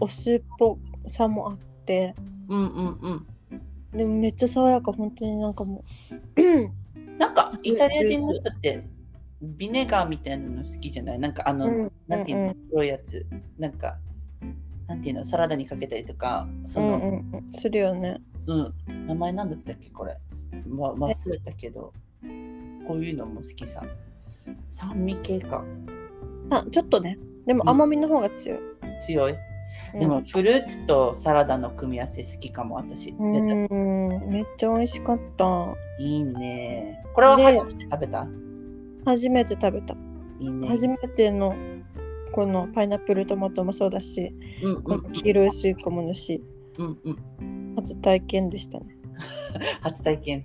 Speaker 1: お酢っぽさもあって
Speaker 2: うんうん
Speaker 1: でもめっちゃ爽やか本当になんかもう
Speaker 2: うんなんか
Speaker 1: ジュ
Speaker 2: イタリア人の人ってビネガーみたいなの好きじゃないなんかあの、
Speaker 1: うん
Speaker 2: なんていう
Speaker 1: うんう
Speaker 2: の黒いやつなんかなんていうのサラダにかけたりとかそうの、
Speaker 1: んうんうんするよね
Speaker 2: うん、名前なんだったっけこれ、ま、忘れたけどこういうのも好きさ酸味系か
Speaker 1: あちょっとねで
Speaker 2: うん
Speaker 1: も甘みの方が強い、
Speaker 2: 強い
Speaker 1: うん、
Speaker 2: でもフルーツとサラダの組み合わせ好きかも私。
Speaker 1: うんめっちゃ美味しかった
Speaker 2: いいね。これは
Speaker 1: で
Speaker 2: 初めて食べた
Speaker 1: 初めて食べた
Speaker 2: いいね。
Speaker 1: 初めてのこのパイナップルトマトもそうだし
Speaker 2: うんう
Speaker 1: こ
Speaker 2: ん
Speaker 1: の黄色いスイカもだし
Speaker 2: うんうん。
Speaker 1: 初体験でしたね、
Speaker 2: 初体験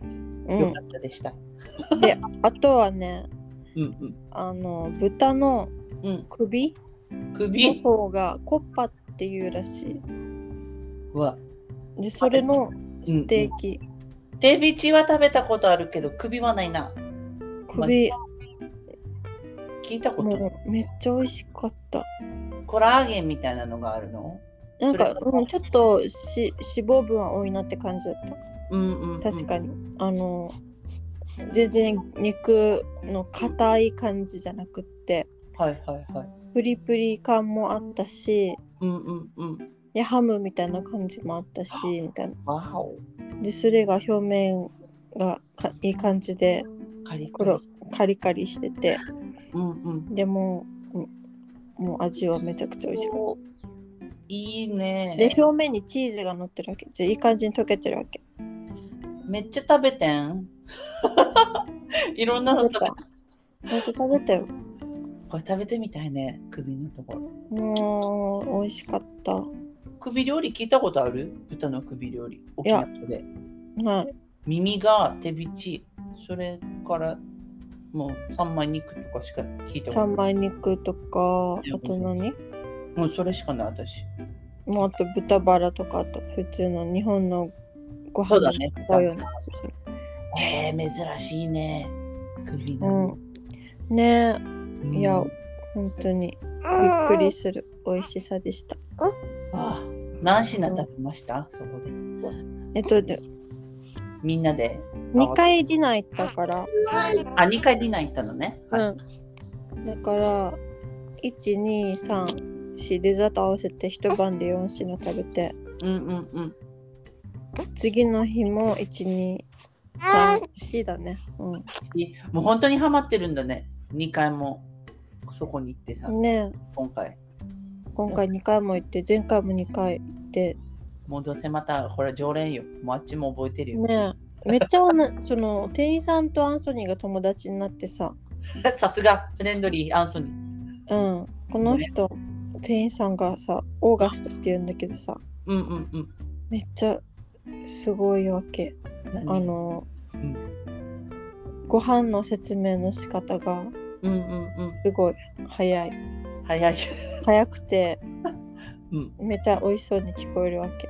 Speaker 2: よか
Speaker 1: う
Speaker 2: ったでした。
Speaker 1: ん、であとはね
Speaker 2: うん
Speaker 1: あの豚の
Speaker 2: うん
Speaker 1: 首
Speaker 2: うん。
Speaker 1: の
Speaker 2: 首
Speaker 1: 方がコッパっていうらし
Speaker 2: はい
Speaker 1: でそれのステーキ、
Speaker 2: 手びちは食べたことあるけど首はないな。
Speaker 1: 首
Speaker 2: 聞いたこと
Speaker 1: もうめっちゃ美味しかった
Speaker 2: コラーゲンみたいなのがあるの
Speaker 1: なん
Speaker 2: そ
Speaker 1: か、
Speaker 2: れ
Speaker 1: うん、ちょっとし脂肪分は多いなって感じだった
Speaker 2: うんうんうん。
Speaker 1: 確かに、あの全然肉の硬い感じじゃなくって
Speaker 2: はいはいはい。
Speaker 1: プリプリ感もあったし
Speaker 2: うんうんうん。
Speaker 1: でハムみたいな感じもあったしみたいな
Speaker 2: わお。
Speaker 1: でそれが表面がかいい感じで
Speaker 2: カリコ
Speaker 1: こ
Speaker 2: リ
Speaker 1: れ。カリカリしてて
Speaker 2: うんうん。
Speaker 1: でもうもう味はめちゃくちゃ美味しい
Speaker 2: いいね。
Speaker 1: で表面にチーズが乗ってるわけでいい感じに溶けてるわけ
Speaker 2: めっちゃ食べてん。 いろんなの食べ
Speaker 1: 食べためっちゃ食べたよ
Speaker 2: これ食べてみたいね。首のところ。
Speaker 1: もう美味しかった
Speaker 2: 首料理聞いたことある豚の首料理。沖縄で。
Speaker 1: ない
Speaker 2: 耳が手びち。それからもう三枚肉とかしか聞いたこと
Speaker 1: 三
Speaker 2: な
Speaker 1: 枚
Speaker 2: い。
Speaker 1: 肉とかあと何
Speaker 2: もうそれしかない私。
Speaker 1: もうあと豚バラとかあと普通の日本のご
Speaker 2: そ
Speaker 1: 飯
Speaker 2: うだ
Speaker 1: に
Speaker 2: ね。
Speaker 1: 使うようなやつ
Speaker 2: へえ珍しいね。首
Speaker 1: う
Speaker 2: の。
Speaker 1: んねえ
Speaker 2: うん
Speaker 1: いや本当にびっくりする美味しさでした
Speaker 2: ああ何品食べました、そこで。
Speaker 1: えっとで
Speaker 2: みんなで。
Speaker 1: 2回ディナー行ったから
Speaker 2: あ、2回ディナー行ったのね。はい
Speaker 1: うん、だから1234デザート合わせて一晩で4品食べて
Speaker 2: うんうんうん。
Speaker 1: 次の日も1234だね、う
Speaker 2: しもう本当にハマってるんだね。2回もそこに行ってさ、
Speaker 1: ん、ね
Speaker 2: 今回。
Speaker 1: 今回2回も行って前回も2回行って
Speaker 2: もうどうせまたこれ常連よ。もうあっちも覚えてるよ。
Speaker 1: ねめっちゃおなその店員さんとアンソニーが友達になってさ、
Speaker 2: さすがフレンドリーアンソニー。
Speaker 1: うん、この人店員さんがさオーガストって言うんだけどさ
Speaker 2: うんうんうん。
Speaker 1: めっちゃすごいわけ
Speaker 2: 何
Speaker 1: あ、の、
Speaker 2: うん
Speaker 1: ご飯の説明の仕方が
Speaker 2: うんうん
Speaker 1: すごい早い
Speaker 2: うん。早い。
Speaker 1: 早くて
Speaker 2: うん、
Speaker 1: めっちゃ美味しそうに聞こえるわけ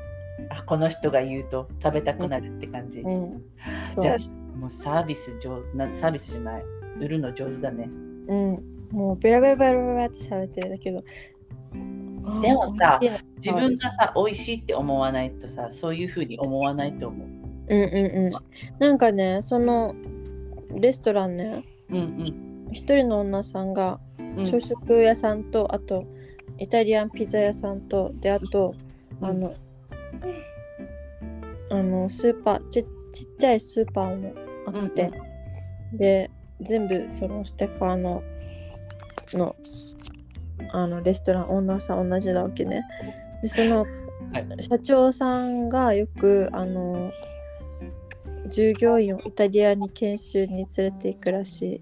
Speaker 2: あこの人が言うと食べたくなるって感じ。
Speaker 1: うんそ
Speaker 2: いうや、もうサービス上な、サービスじゃない。売るの上手だね。
Speaker 1: うんもうベラベラベラベラって喋ってるんだけど
Speaker 2: でも
Speaker 1: あー
Speaker 2: さ
Speaker 1: 美味しいな
Speaker 2: 自分がさ、美味しいって思わないとさ、そういうふうに思わないと思う。
Speaker 1: うんうんうんなんかねそのレストランね
Speaker 2: うん
Speaker 1: 一人の女さんが
Speaker 2: うん。うん
Speaker 1: 朝食屋さんと、あとイタリアンピザ屋さんとであとあ、の、あのスーパーちちっちゃいスーパーもあ
Speaker 2: うん
Speaker 1: って、で全部そのステファーののあのレストランオーナーさん同じなわけねでその
Speaker 2: はい
Speaker 1: 社長さんがよくあの従業員をイタリアに研修に連れて行くらしい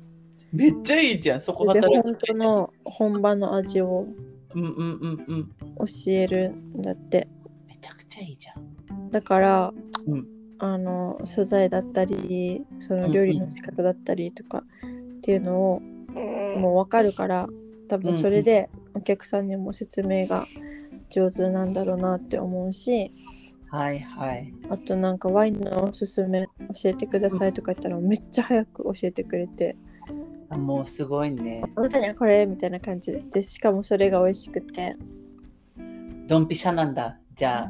Speaker 2: めっちゃいいじゃん、そこ
Speaker 1: それで
Speaker 2: 働
Speaker 1: 本
Speaker 2: く
Speaker 1: 当。の本場の味を
Speaker 2: うんうんうんうん。
Speaker 1: 教えるんだって
Speaker 2: めちゃくちゃいいじゃん。
Speaker 1: だから、
Speaker 2: うん
Speaker 1: あの素材だったりその料理の仕方だったりとかっていうのをもう分かるから多分それでお客さんにも説明が上手なんだろうなって思うし
Speaker 2: はいはい。
Speaker 1: あとなんかワインのおすすめ教えてくださいとか言ったらめっちゃ早く教えてくれて
Speaker 2: あもうすごいね。
Speaker 1: 「あなたにはこれ」みたいな感じででしかもそれが美味しくて
Speaker 2: ドンピシャなんだ。じゃあ、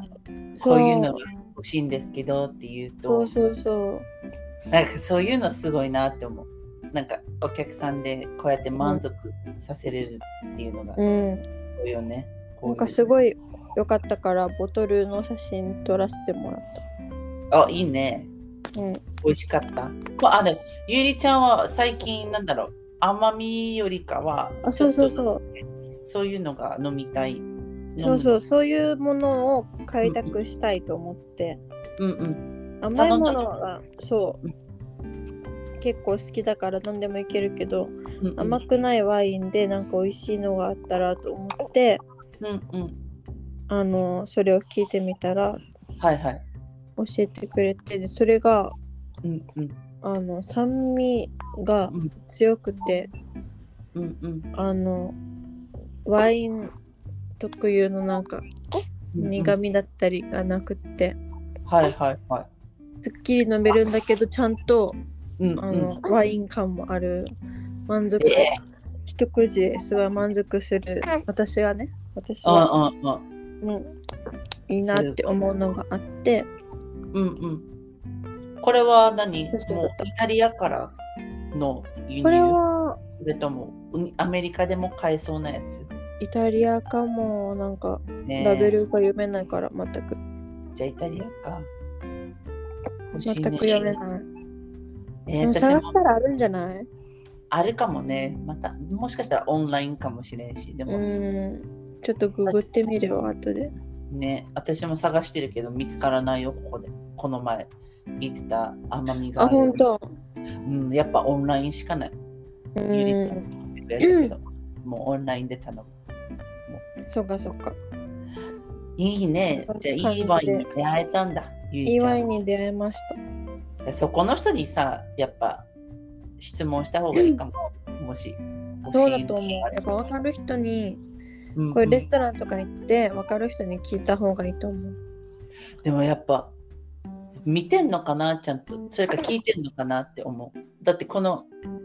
Speaker 2: こういうの欲しいんですけどって言う
Speaker 1: そ
Speaker 2: と
Speaker 1: う、そうそう
Speaker 2: なんかそういうのすごいなって思う。なんかお客さんでこうやって満足させれるっていうのが
Speaker 1: そう、うん、
Speaker 2: すごいよね。
Speaker 1: なんかす
Speaker 2: い。
Speaker 1: ごい良かったからボトルの写真撮らせてもらった。
Speaker 2: あ、いいね。
Speaker 1: うん、
Speaker 2: 美味しかった。まあ、あれ、ゆりちゃんは最近、なんだろう、甘みよりかは、
Speaker 1: あそうそう
Speaker 2: ちょっ
Speaker 1: そう
Speaker 2: と。そういうのが飲みたい。
Speaker 1: そうそうそういうものを開拓したいと思って、
Speaker 2: 飲む。うんうん。
Speaker 1: 甘いものはそう、結構好きだから何でもいけるけど
Speaker 2: うんうん、
Speaker 1: 甘くないワインでなんか美味しいのがあったらと思って
Speaker 2: うんうん。
Speaker 1: あのそれを聞いてみたら
Speaker 2: はいはい。
Speaker 1: 教えてくれてでそれが
Speaker 2: うんうん。
Speaker 1: あの酸味が強くて
Speaker 2: うんうん。
Speaker 1: あのワイン特有のなんか苦味だったりがなくって
Speaker 2: はいはいは
Speaker 1: すっきり飲めるんだけどちゃんと
Speaker 2: い。うんう
Speaker 1: あ
Speaker 2: ん。
Speaker 1: の、ワイン感もある満足、
Speaker 2: え
Speaker 1: 一口ですごい満足する私はね私
Speaker 2: あ
Speaker 1: は、
Speaker 2: ああ
Speaker 1: うん、いいなって思うのがあって
Speaker 2: うんうん。これは何
Speaker 1: そうそう
Speaker 2: もうイタリアからの輸入
Speaker 1: これは
Speaker 2: それともうんアメリカでも買えそうなやつ、
Speaker 1: イタリアかもなんか
Speaker 2: ねえ
Speaker 1: ラベルが読めないから全く
Speaker 2: じゃあイタリアか。欲しい
Speaker 1: 全
Speaker 2: ね
Speaker 1: く読めない。
Speaker 2: え
Speaker 1: で
Speaker 2: ー
Speaker 1: も
Speaker 2: 私
Speaker 1: 探
Speaker 2: も
Speaker 1: したらあるんじゃない
Speaker 2: あるかもね。また、もしかしたらオンラインかもしれんし、で
Speaker 1: う
Speaker 2: も
Speaker 1: ん。ちょっとググってみるわ、後で。
Speaker 2: ね、私も探してるけど見つからないよ、ここで。この前言ってた甘みが
Speaker 1: あ、
Speaker 2: る
Speaker 1: ほんと。
Speaker 2: うん、やっぱオンラインしかない。
Speaker 1: う
Speaker 2: ゆりちゃ
Speaker 1: ん。
Speaker 2: んのやつだけどもうオンラインで頼む。
Speaker 1: そっかそっか。
Speaker 2: いいね。じゃあ、いいワインに出会えたんだ。ゆ
Speaker 1: い
Speaker 2: り
Speaker 1: い
Speaker 2: ちゃ
Speaker 1: ワ
Speaker 2: ん
Speaker 1: インに出会いました。
Speaker 2: そこの人にさ、やっぱ質問した方がいいかも。もし、
Speaker 1: そうだと思う。
Speaker 2: 欲しいのが
Speaker 1: や
Speaker 2: あ
Speaker 1: っ
Speaker 2: れ
Speaker 1: ぱ
Speaker 2: ば
Speaker 1: 分かる人に、
Speaker 2: うんうん
Speaker 1: こういうレストランとか行って、分かる人に聞いた方がいいと思う。
Speaker 2: でもやっぱ見てんのかなちゃんとそれか聞いてんのかなって思うだってこの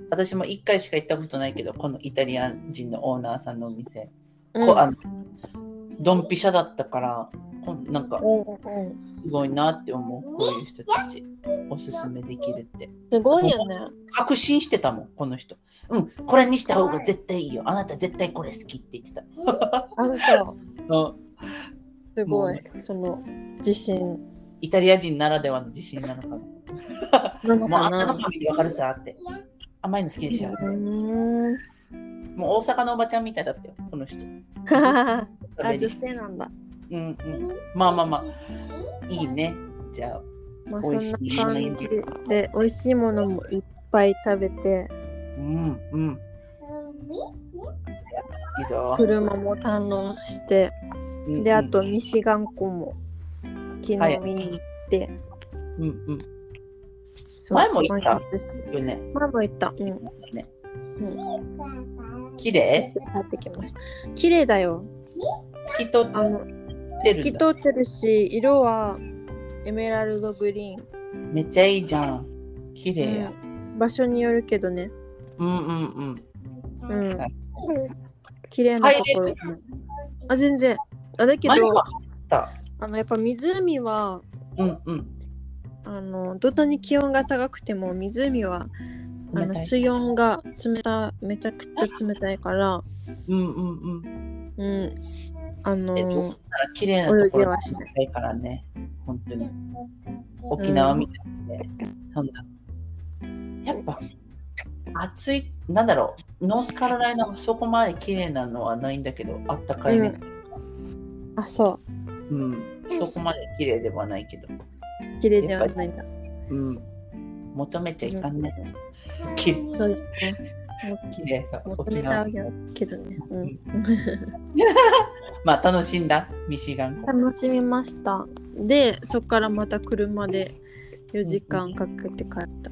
Speaker 2: 私も1回しか行ったことないけどこのイタリアン人のオーナーさんのお店、
Speaker 1: うん
Speaker 2: こあのドンピシャだったからこんなんか
Speaker 1: うんうん
Speaker 2: すごいなって思うこういう人たちおすすめできるって
Speaker 1: すごいよね。
Speaker 2: 確信してたもんこの人うんこれにした方が絶対いいよあなた絶対これ好きって言ってた
Speaker 1: あ、そう。
Speaker 2: うん
Speaker 1: すごい
Speaker 2: も。
Speaker 1: その自信
Speaker 2: イタリア人ならではの自信なのかな
Speaker 1: なの
Speaker 2: もう
Speaker 1: か
Speaker 2: あんた
Speaker 1: な
Speaker 2: の。ファミリーわかるさって甘いの好きでしょ
Speaker 1: うーん
Speaker 2: もう大阪のおばちゃんみたいだったよ、この人。
Speaker 1: あ、
Speaker 2: 食べに
Speaker 1: 女性なんだ。
Speaker 2: うんうん。まあまあまあ、いいね。じゃあ、
Speaker 1: まあ、そ
Speaker 2: 美味
Speaker 1: ん
Speaker 2: し
Speaker 1: ない感じで、美味しいものもいっぱい食べて、
Speaker 2: うんうん。いいぞ。
Speaker 1: 車も堪能して、
Speaker 2: うんうん
Speaker 1: で、あと、ミシガン湖も昨
Speaker 2: は
Speaker 1: 日
Speaker 2: い
Speaker 1: 見に行って、
Speaker 2: うんうん。
Speaker 1: そう
Speaker 2: 前も行った
Speaker 1: 満喫した
Speaker 2: よね。
Speaker 1: 前も行った。うん。
Speaker 2: ね
Speaker 3: う。
Speaker 2: 綺麗
Speaker 1: 帰ってきました。綺麗だよ。
Speaker 2: 透き通っ
Speaker 1: あの、
Speaker 2: て
Speaker 1: 透
Speaker 2: る
Speaker 1: き
Speaker 2: ん
Speaker 1: 通
Speaker 2: だ。
Speaker 1: ってるし、色はエメラルドグリーン。
Speaker 2: めっちゃいいじゃん。綺麗や。
Speaker 1: うん場所によるけどね。
Speaker 2: うんうんうん。
Speaker 1: うんん
Speaker 2: は。
Speaker 1: 綺麗なところ。あ、全然。あ、だけ
Speaker 2: 前
Speaker 1: ど
Speaker 2: は、あった。
Speaker 1: あの、やっぱ湖は、
Speaker 2: うんうん。
Speaker 1: あのどんなに気温が高くても湖はあ
Speaker 2: 冷
Speaker 1: の
Speaker 2: たい
Speaker 1: 水温が冷ためちゃくちゃ冷たいから、
Speaker 2: うんうんうん。
Speaker 1: うん、あの
Speaker 2: えっと、綺麗なとこ
Speaker 1: 泳ぎ
Speaker 2: ろ
Speaker 1: はしない
Speaker 2: いからね。本当に。沖縄みたいなね、そんな。やっぱ、暑い、なんだろう、ノースカロライナもそこまで綺麗なのはないんだけど、あったかいね。
Speaker 1: あそ
Speaker 2: うん、そこまで綺麗ではないけど、
Speaker 1: う綺麗ではないんだ。
Speaker 2: うん。求めちゃいかんね。
Speaker 1: そうですね。
Speaker 2: 綺麗さ、
Speaker 1: 求
Speaker 2: 沖
Speaker 1: めちゃ
Speaker 2: 縄
Speaker 1: う。けどね。う
Speaker 2: うんん、まあ、楽しんだ、ミシガン湖。
Speaker 1: 楽しみました。でそこからまた車で4時間かけて帰った。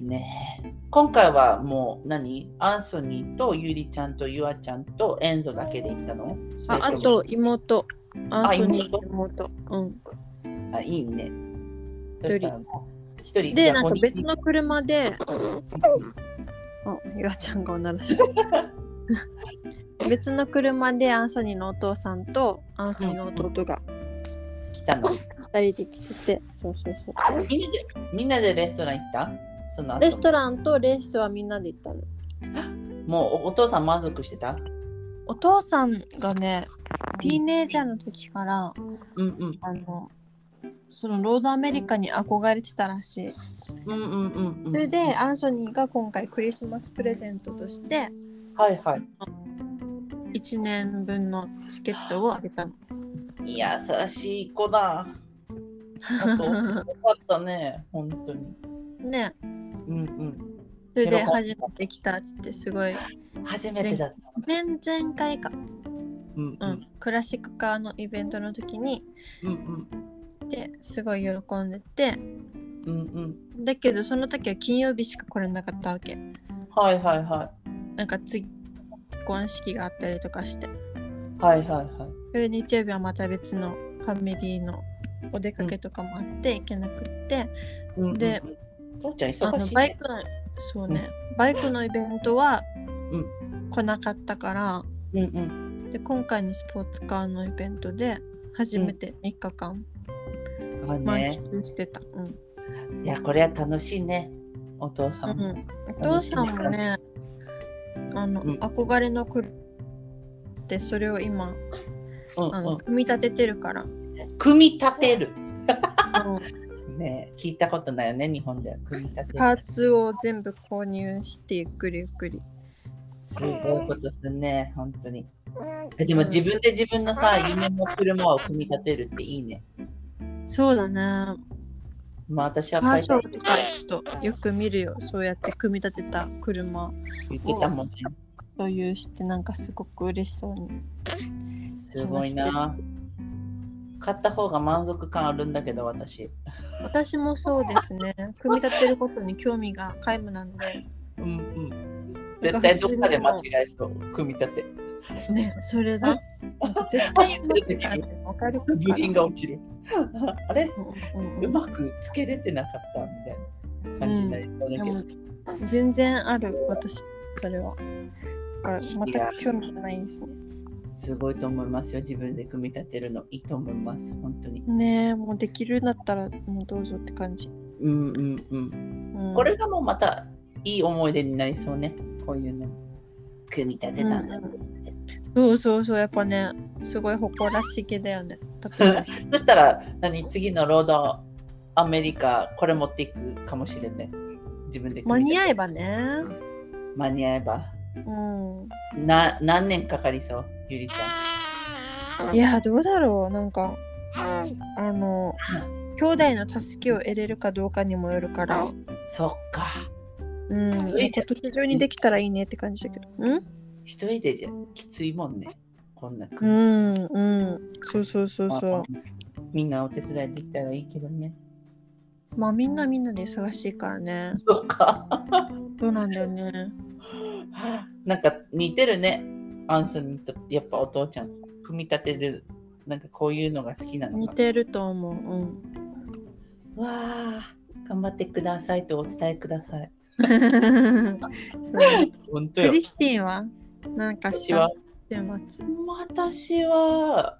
Speaker 2: ねえ今回はもう何アンソニーとゆりちゃんとゆあちゃんとエンゾだけで行ったの
Speaker 1: あ
Speaker 2: そ
Speaker 1: あ
Speaker 2: れも
Speaker 1: と妹。アンソニーの妹。うん、
Speaker 2: あいいね。
Speaker 1: 一人
Speaker 2: そしたらもう一人じ
Speaker 1: で
Speaker 2: ゃあ
Speaker 1: なんか
Speaker 2: 五人
Speaker 1: 別の車であ、ゆらちゃんがおならした。別の車でアンソニーのお父さんとアンソニーの弟が
Speaker 2: 来たの。
Speaker 1: 二人で来てて、そうそうそう。
Speaker 2: みんなでみんなでレストラン行ったその後
Speaker 1: レストランとレースはみんなで行ったの。
Speaker 2: もうおお父さん満足してた
Speaker 1: お父さんがね、ティーネイジャーの時から、
Speaker 2: うんうん
Speaker 1: あの、そのロードアメリカに憧れてたらしい。
Speaker 2: うんうんうんうん
Speaker 1: それでアンソニーが今回クリスマスプレゼントとして
Speaker 2: はいは
Speaker 1: 1年分のチケットをあげたの。
Speaker 2: い優しい 子だあとよかったね本当に
Speaker 1: ね、
Speaker 2: うん
Speaker 1: それで初めて来たっつってすごい
Speaker 2: うん初めてだった
Speaker 1: 前々回か、
Speaker 2: うんう
Speaker 1: うんん、クラシックカーのイベントの時に
Speaker 2: うん
Speaker 1: ですごい喜んでて
Speaker 2: うんうんうん
Speaker 1: だけどその時は金曜日しか来れなかったわけ
Speaker 2: はいはいは
Speaker 1: なんか次結婚式があったりとかして
Speaker 2: いはいはいはい
Speaker 1: それで日曜日はまた別のファミリーのお出かけとかもあって行けなくって、
Speaker 2: うんうんうん
Speaker 1: で
Speaker 2: 父ちゃん
Speaker 1: あ
Speaker 2: 忙
Speaker 1: の
Speaker 2: しい
Speaker 1: バイ
Speaker 2: ね
Speaker 1: クのそうね、バイクのイベントは
Speaker 2: うん
Speaker 1: 来なかったから
Speaker 2: うんうん
Speaker 1: で今回のスポーツカーのイベントで初めて3日間
Speaker 2: あ
Speaker 1: 満
Speaker 2: ね
Speaker 1: 喫してた、うん
Speaker 2: いや、これは楽しいね。お父さ
Speaker 1: うん
Speaker 2: も。
Speaker 1: ん、お父さんもねあの、
Speaker 2: うん
Speaker 1: 憧れの車でそれを今
Speaker 2: うん
Speaker 1: あ
Speaker 2: う
Speaker 1: の
Speaker 2: ん
Speaker 1: 組み立ててるから、
Speaker 2: 組み立てる。
Speaker 1: もう
Speaker 2: ね聞いたことないよね、日本では。組み立てる。
Speaker 1: パーツを全部購入してゆっくりゆっくり
Speaker 2: すごいことするね、本当に。えでも自分で自分のさ、夢の車を組み立てるっていいね。
Speaker 1: そうだね
Speaker 2: まあ私
Speaker 1: カ
Speaker 2: は
Speaker 1: ー
Speaker 2: 会
Speaker 1: シ
Speaker 2: 社
Speaker 1: ョーと
Speaker 2: 行
Speaker 1: か行くとよく見るよそうやって組み立てた車
Speaker 2: ってたもんね。
Speaker 1: 所有してなんかすごく嬉しそうに
Speaker 2: すごいな。買った方が満足感あるんだけど、私。
Speaker 1: 私もそうですね組み立てることに興味が皆無なんで
Speaker 2: うんうん。絶対どっかで間違えそう、組み立て。
Speaker 1: ねそれだなんか絶対うまくいかないわかる
Speaker 2: 部品が落ちる。 あれ
Speaker 1: うん
Speaker 2: うまくつけれてなかったみたいな感じになりそう
Speaker 1: で
Speaker 2: だけど。
Speaker 1: も全然ある私それはあ
Speaker 2: いや
Speaker 1: 全く興味がないですね
Speaker 2: すごいと思いますよ。自分で組み立てるのいいと思います。本当に。
Speaker 1: ねえもうできるんだったらもうどうぞって感じ、
Speaker 2: うんうんうん。
Speaker 1: うん、
Speaker 2: これがもうまたいい思い出になりそうね。こういうの。組み立てたんだ。
Speaker 1: うんそうそうそうやっぱねすごい誇らしげだよねだって
Speaker 2: そしたら何次のロードアメリカこれ持っていくかもしれない。自分で
Speaker 1: 間
Speaker 2: 組
Speaker 1: に
Speaker 2: み立
Speaker 1: 合
Speaker 2: て
Speaker 1: えばね
Speaker 2: 間に合えば。
Speaker 1: うん
Speaker 2: な何年かかりそうゆりち
Speaker 1: いやどうだろうなんかあの兄弟の助けを得れるかどうかにもよるから
Speaker 2: ゃん。そっか。
Speaker 1: うん今
Speaker 2: それじゃ
Speaker 1: 年中にできたらいいねって感じだけどうん
Speaker 2: 一人でじゃきついもんね。こんな
Speaker 1: う
Speaker 2: 組み
Speaker 1: んうんそうそうそうそう
Speaker 2: みんなお手伝いできたらいいけどね。
Speaker 1: まあみんなみんなで忙しいからね。
Speaker 2: そうか。
Speaker 1: そうなんだよね。
Speaker 2: なんか似てるね。アンソニーとやっぱお父ちゃん、組み立てる、なんかこういうのが好きなの
Speaker 1: 似
Speaker 2: かな。
Speaker 1: てると思う。 うん、
Speaker 2: わあ、頑張ってくださいとお伝えください。
Speaker 1: そう
Speaker 2: 本当
Speaker 1: ク
Speaker 2: よ。
Speaker 1: リスティンはなんかし
Speaker 2: 私
Speaker 1: た
Speaker 2: は、
Speaker 1: 週末。
Speaker 2: 私は、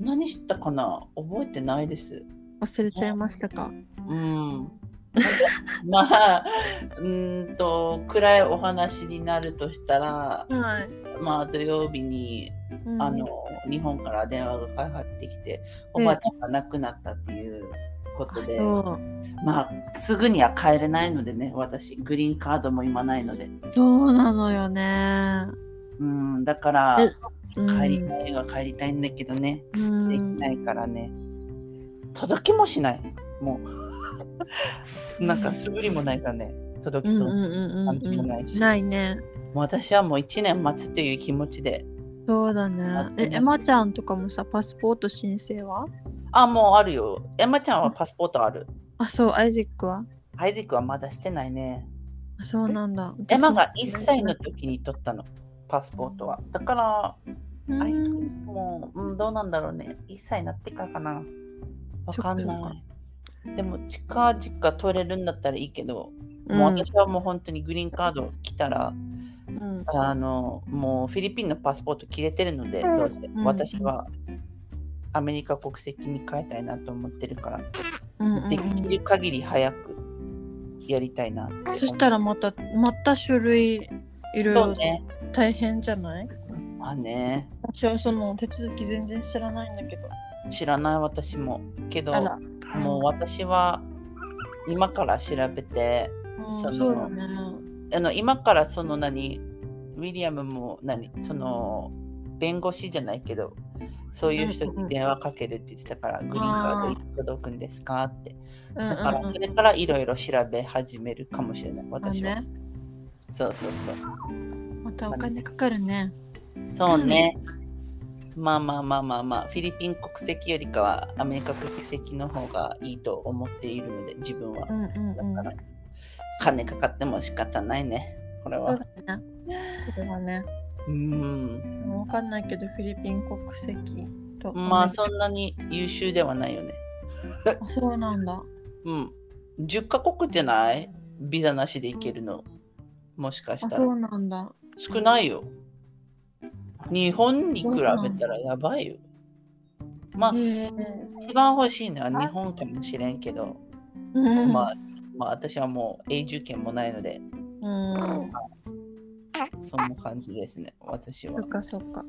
Speaker 2: 何したかな覚えてないです。
Speaker 1: 忘れちゃいましたか
Speaker 2: うん。まあ、うーんと、暗いお話になるとしたら、
Speaker 1: はい。
Speaker 2: まあ、土曜日に
Speaker 1: うん
Speaker 2: あの、日本から電話がかかってきて、おばあちゃんが亡くなったっていうことで、
Speaker 1: そ
Speaker 2: まあ、すぐには帰れないのでね、私、グリーンカードも今ないので。
Speaker 1: うそうなのよね。
Speaker 2: うん、だから、
Speaker 1: えうん
Speaker 2: 帰りたいは帰りたいんだけどね、
Speaker 1: う
Speaker 2: でき
Speaker 1: ん
Speaker 2: ないからね、届きもしない、もう。なんか、素振りもないからね、届
Speaker 1: うん
Speaker 2: き
Speaker 1: うん
Speaker 2: そう。も
Speaker 1: うんうん
Speaker 2: 感じもないし
Speaker 1: ないね。
Speaker 2: う私はもう1年待つという気持ちで、
Speaker 1: そうだ
Speaker 2: な
Speaker 1: ね
Speaker 2: っ。てま
Speaker 1: え、
Speaker 2: す
Speaker 1: エマちゃんとかもさ、パスポート申請は
Speaker 2: あ、もうあるよ。エマちゃんはパスポートある。
Speaker 1: あ、そう、アイジックは
Speaker 2: ハイディクはまだしてないね。
Speaker 1: あそうなんだ。
Speaker 2: エマが1
Speaker 1: 私も
Speaker 2: 歳の時に取ったの、パスポートは。だから、
Speaker 1: うん
Speaker 2: あいつもう、うん、どうなんだろうね。1歳になってからかな。わかん
Speaker 1: そっか
Speaker 2: ない。でも、近々取れるんだったらいいけど、もう
Speaker 1: うん
Speaker 2: 私はもう本当にグリーンカード来たら、
Speaker 1: うん
Speaker 2: あの、もうフィリピンのパスポート切れてるので、
Speaker 3: うん
Speaker 2: どうせ
Speaker 1: ん
Speaker 2: 私はアメリカ国籍に変えたいなと思ってるから、
Speaker 1: うんうんうん
Speaker 2: できる限り早くやりたいなって思う
Speaker 1: そしたらまたまた種類いろい
Speaker 2: そう
Speaker 1: ろ
Speaker 2: ね。
Speaker 1: 大変じゃない、
Speaker 2: まあね。
Speaker 1: 私はその手続き全然知らないんだけど。
Speaker 2: 知らない私もけど
Speaker 1: あら、
Speaker 2: もう私は今から調べて
Speaker 1: うん
Speaker 2: その
Speaker 1: そうだね。
Speaker 2: あの今からその何ウィリアムも何その弁護士じゃないけどそういう人に電話かけるって言ってたから、グリーンカードいつ届くんですかって
Speaker 1: うん
Speaker 2: だ
Speaker 1: うん
Speaker 2: からそれからいろいろ調べ始めるかもしれない
Speaker 1: うん
Speaker 2: 私は、
Speaker 1: ね、
Speaker 2: そうそうそう
Speaker 1: またお金かかるね。
Speaker 2: そうね。まあまあまあまあまあ、フィリピン国籍よりかはアメリカ国籍の方がいいと思っているので、自分は
Speaker 1: う。んうんうん。
Speaker 2: だ
Speaker 1: そ
Speaker 2: か
Speaker 1: う
Speaker 2: ら、金かかっても仕方ないね、これは。
Speaker 1: だね。これはね。
Speaker 2: うん。
Speaker 1: わかんないけどフィリピン国籍と。
Speaker 2: まあ、そんなに優秀ではないよね。
Speaker 1: あそうなんだ。
Speaker 2: うん。10カ国じゃないビザなしで行けるの。もしかし
Speaker 1: あ
Speaker 2: た
Speaker 1: そ
Speaker 2: ら。
Speaker 1: うなんだ。
Speaker 2: 少ないよ。日本に比べたらやばいよ。まあ、
Speaker 1: へえ。
Speaker 2: 一番欲しいのは日本かもしれんけど。
Speaker 1: ううん
Speaker 2: まあ、まあ、私はもう永住権もないので、
Speaker 1: うん、
Speaker 2: そんな感じですね、私
Speaker 1: そ
Speaker 2: は
Speaker 1: っ。かそっか。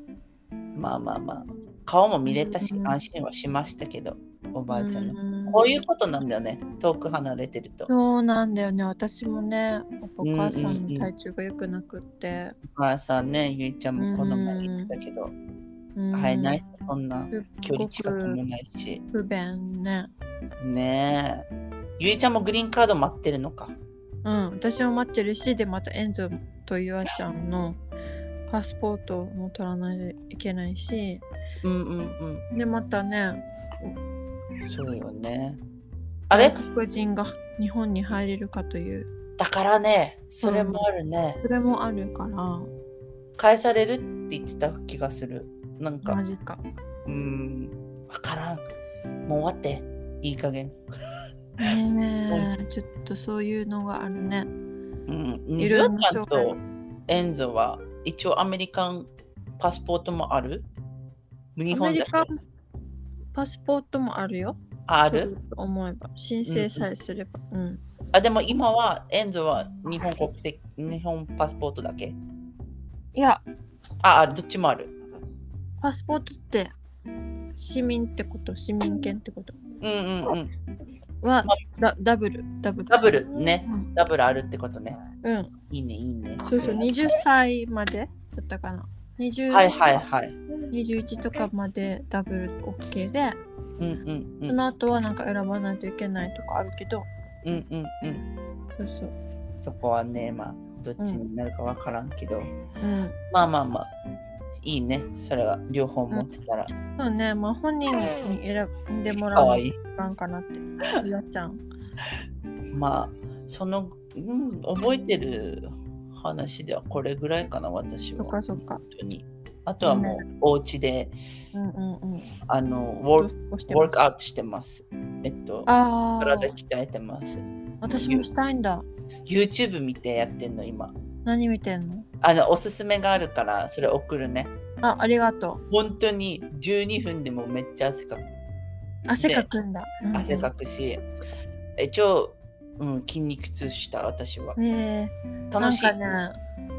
Speaker 2: まあまあまあ、顔も見れたし
Speaker 1: う、ん
Speaker 2: 安心はしましたけど、おばあちゃんの。
Speaker 1: の
Speaker 2: こういうことなんだよね、遠く離れてると。
Speaker 1: そうなんだよね。私もね、やっぱお母さ
Speaker 2: うん
Speaker 1: ん
Speaker 2: うんうん
Speaker 1: の体調が良くなくって。
Speaker 2: お母さんね、ゆいちゃんもこの前言ってたけど、
Speaker 1: うん
Speaker 2: 会えない、そんな
Speaker 1: すっ
Speaker 2: 距離
Speaker 1: ご
Speaker 2: 近くも
Speaker 1: く
Speaker 2: ないし。
Speaker 1: 不便ね。
Speaker 2: ねえ。ゆいちゃんもグリーンカード待ってるのか。
Speaker 1: うん、私も待ってるし、で、またエンゾとゆあちゃんのパスポートも取らないといけないし、
Speaker 2: うんうん
Speaker 1: で、またね、
Speaker 2: うん。そうよね。あれ
Speaker 1: 外国人が日本に入れるかという、
Speaker 2: だからね、それもあるね。
Speaker 1: それもあるから、
Speaker 2: 返されるって言ってた気がする。なんか
Speaker 1: マ、ジか。
Speaker 2: うーん、わからん。もう終わって、いい加減。
Speaker 1: ねえ、ちょっとそういうのがあるね。
Speaker 2: うん、
Speaker 1: い
Speaker 2: ゆ
Speaker 1: ろい
Speaker 2: う
Speaker 1: ろ
Speaker 2: ちゃん
Speaker 1: 紹
Speaker 2: とエンゾは一応アメリカンパスポートもある日
Speaker 1: ア
Speaker 2: 本
Speaker 1: メリ
Speaker 2: だ
Speaker 1: カ
Speaker 2: と
Speaker 1: パスポートもあるよ。
Speaker 2: あ
Speaker 1: あ
Speaker 2: る
Speaker 1: 思えば、申請さえすれば。うん。
Speaker 2: あでも今はエンゾは日本国籍日本パスポートだけ
Speaker 1: いや、
Speaker 2: ああどっちもある
Speaker 1: パスポートって市民ってこと、市民権ってこと
Speaker 2: うんうんうん
Speaker 1: は
Speaker 2: ま、
Speaker 1: ダダブル、ダブル。
Speaker 2: ダブルね
Speaker 1: うん
Speaker 2: ダブルあるってことね
Speaker 1: うん。
Speaker 2: いいねいいね
Speaker 1: そうそう、20歳までだったかな。20
Speaker 2: はいはいはい
Speaker 1: 21とかまでダブル OK で、
Speaker 2: うんうんう
Speaker 1: そ
Speaker 2: ん
Speaker 1: の後はなんか選ばないといけないとかあるけど、
Speaker 2: うんうんうん
Speaker 1: そうそう。
Speaker 2: そこはねまあどっちになるかわからんけど、
Speaker 1: うん。
Speaker 2: まあまあまあいいねそれは両方持ってたら、
Speaker 1: そうね、まあ本人に選んでも
Speaker 2: からわ
Speaker 1: う
Speaker 2: いい
Speaker 1: かんかなって。ゆあちゃん。
Speaker 2: まあその、うん、覚えてる話ではこれぐらいかな私は
Speaker 1: そっかそっか
Speaker 2: 本当にあとはもうお家で
Speaker 1: うんうんうん。
Speaker 2: あのウ
Speaker 1: ど
Speaker 2: ォー
Speaker 1: う
Speaker 2: ク
Speaker 1: して
Speaker 2: ウォー
Speaker 1: ます
Speaker 2: クアップしてますえっと
Speaker 1: ああ、
Speaker 2: 体鍛えてます
Speaker 1: 私もしたいんだ。
Speaker 2: YouTube 見てやってんの今
Speaker 1: 何見てんの
Speaker 2: あのおすすめがあるからそれ送るね
Speaker 1: あ、ありがと
Speaker 2: 本当に12分でもめっちゃ汗かく
Speaker 1: う。汗かくんだ。
Speaker 2: 汗か
Speaker 1: く。
Speaker 2: くし一応、うん、筋肉痛した私は
Speaker 1: ねえ、な
Speaker 2: 楽
Speaker 1: ん
Speaker 2: しい
Speaker 1: かね、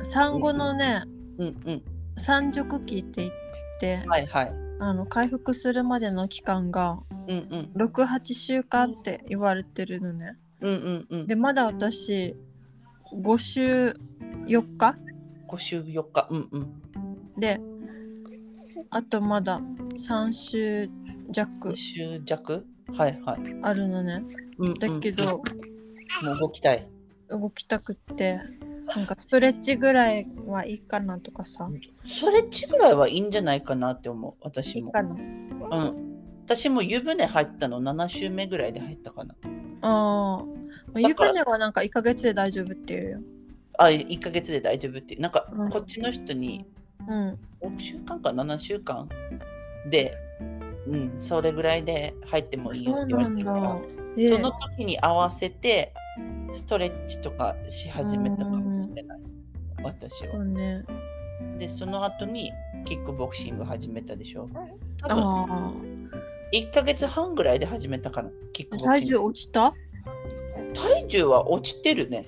Speaker 1: 産後のね、
Speaker 2: うん
Speaker 1: 産褥期って言って
Speaker 2: うん、はいはい
Speaker 1: あの回復するまでの期間が
Speaker 2: うんうん
Speaker 1: 68週間って言われてるのね。
Speaker 2: うんうんうん
Speaker 1: で、まだ私、5週4日
Speaker 2: 5週4日、うんうん。
Speaker 1: で、あとまだ3週弱
Speaker 2: 5週弱はいはい。
Speaker 1: あるのね。
Speaker 2: うんうん
Speaker 1: だけど、、
Speaker 2: もう動きたい。
Speaker 1: 動きたくってなんかストレッチぐらいはいいかなとかさ
Speaker 2: ストレッチぐらいはいいんじゃないかなって思う、
Speaker 1: い
Speaker 2: 私
Speaker 1: い
Speaker 2: も。
Speaker 1: かな
Speaker 2: うん。私も湯船入ったの7週目ぐらいで入ったかな。
Speaker 1: あー
Speaker 2: ら
Speaker 1: 湯船はなんか1ヶ月で大丈夫っていうよ
Speaker 2: あ、1ヶ月で大丈夫っていう。なんか
Speaker 1: うん、
Speaker 2: こっちの人に
Speaker 1: うん
Speaker 2: 6週間か7週間で、うん、それぐらいで入ってもいいよ
Speaker 1: そ
Speaker 2: っ
Speaker 1: う
Speaker 2: て言わ
Speaker 1: な
Speaker 2: れ
Speaker 1: ん
Speaker 2: てから、
Speaker 1: だ
Speaker 2: そ
Speaker 1: ええ
Speaker 2: の時に合わせて、ストレッチとかし始めたかもしれない。私は
Speaker 1: そ。うね
Speaker 2: でその後にキックボクシング始めたでしょ多分
Speaker 1: あ
Speaker 2: 1ヶ月半ぐらいで始めたかなキック
Speaker 1: あ
Speaker 2: ボク
Speaker 1: 体
Speaker 2: シン
Speaker 1: 重
Speaker 2: グ
Speaker 1: 落ちた
Speaker 2: 体重は落ちてるね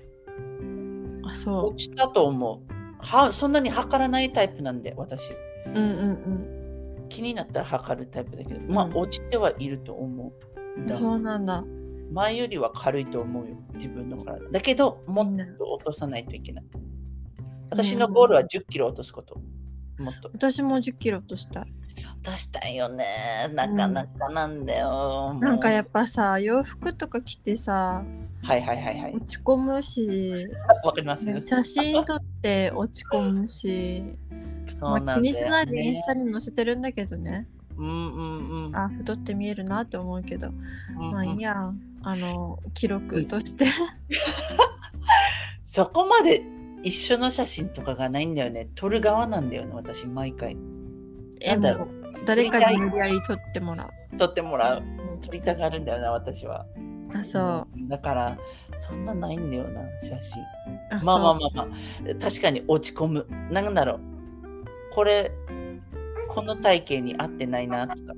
Speaker 1: あそ
Speaker 2: 落ちたと思うはそんなに測らないタイプなんで私
Speaker 1: ううんうん
Speaker 2: 気になったら測るタイプだけどまあ
Speaker 1: うん
Speaker 2: 落ちてはいると思う
Speaker 1: うん
Speaker 2: だ
Speaker 1: そうなんだ
Speaker 2: 前よりは軽いと思うよ自分の体だけどもっと落とさないといけない私のゴールは1 0キロ落とすこともっと
Speaker 1: 私も1 0キロ落としたい
Speaker 2: 落としたいよねなかなかなんだよ、もう
Speaker 1: なんかやっぱさ洋服とか着てさ
Speaker 2: はいはいはいはい
Speaker 1: 落ち込むし
Speaker 2: わかります。
Speaker 1: 写真撮って落ち込むし
Speaker 2: そ
Speaker 1: ま
Speaker 2: う
Speaker 1: あ、
Speaker 2: なんだよね
Speaker 1: 気にしないでインスタに載せてるんだけどね。
Speaker 2: うんうんうん。
Speaker 1: あ、太って見えるなって思うけど、
Speaker 2: うんうん
Speaker 1: まあいいや、あの、記録として。
Speaker 2: そこまで一緒の写真とかがないんだよね。撮る側なんだよね、私、毎回。
Speaker 1: え、
Speaker 2: なんだろ
Speaker 1: もう誰かに無理やり撮ってもらう。
Speaker 2: 撮ってもらう。撮りたがるんだよな、私は。
Speaker 1: あ、そう。あ、
Speaker 2: うん。だから、そんなないんだよな、写真。
Speaker 1: そう。
Speaker 2: まあまあまあまあ、確かに落ち込む。なんだろう。これ、この体型に合ってないな、とか。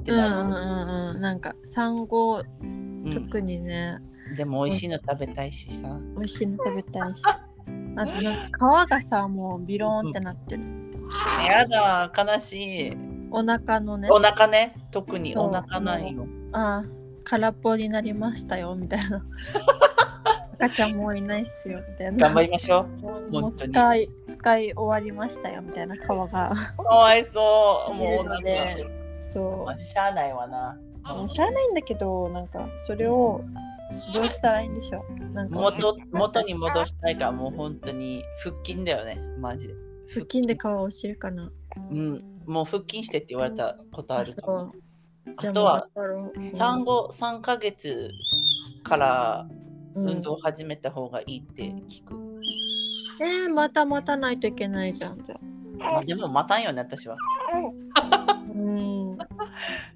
Speaker 2: って
Speaker 1: うんう
Speaker 2: なる
Speaker 1: んうんうん。なんか、産後、
Speaker 2: うん
Speaker 1: 特にね、
Speaker 2: でも美味しいの食べたいしさ。
Speaker 1: 美味しいの食べたいし。あとなんか皮がさもうビローンってなってる。
Speaker 2: やだ、悲しい。
Speaker 1: お腹のね
Speaker 2: お、腹ね、特に
Speaker 1: そう
Speaker 2: お腹ないの。
Speaker 1: ああ空っぽになりましたよみたい な。赤ちゃんもういないっすよみたいな
Speaker 2: 頑。張りましょう。
Speaker 1: もう
Speaker 2: 本当に。
Speaker 1: 使い使い終わりましたよみたいな皮が。
Speaker 2: かわいそう。もうお
Speaker 1: いる
Speaker 2: 腹
Speaker 1: のでそ
Speaker 2: まあしゃあないわな。
Speaker 1: う。もう知らないんだけどなんかそれをどうしたらいいんでしょう。なんか
Speaker 2: 元元に戻したいからもう本当に腹筋だよね、マジで。
Speaker 1: 腹筋で皮を知るかな。
Speaker 2: うん、もう腹筋してって言われたことあるか
Speaker 1: そ
Speaker 2: も。
Speaker 1: う。じゃ
Speaker 2: あ
Speaker 1: あ
Speaker 2: とは
Speaker 1: もう頑張ろう
Speaker 2: 産後3ヶ月から
Speaker 1: うん
Speaker 2: 運動を始めた方がいいって聞く。
Speaker 1: えー、また待たないといけないじゃんじゃあ
Speaker 2: まあ、でも待たんよね、私は。
Speaker 1: うん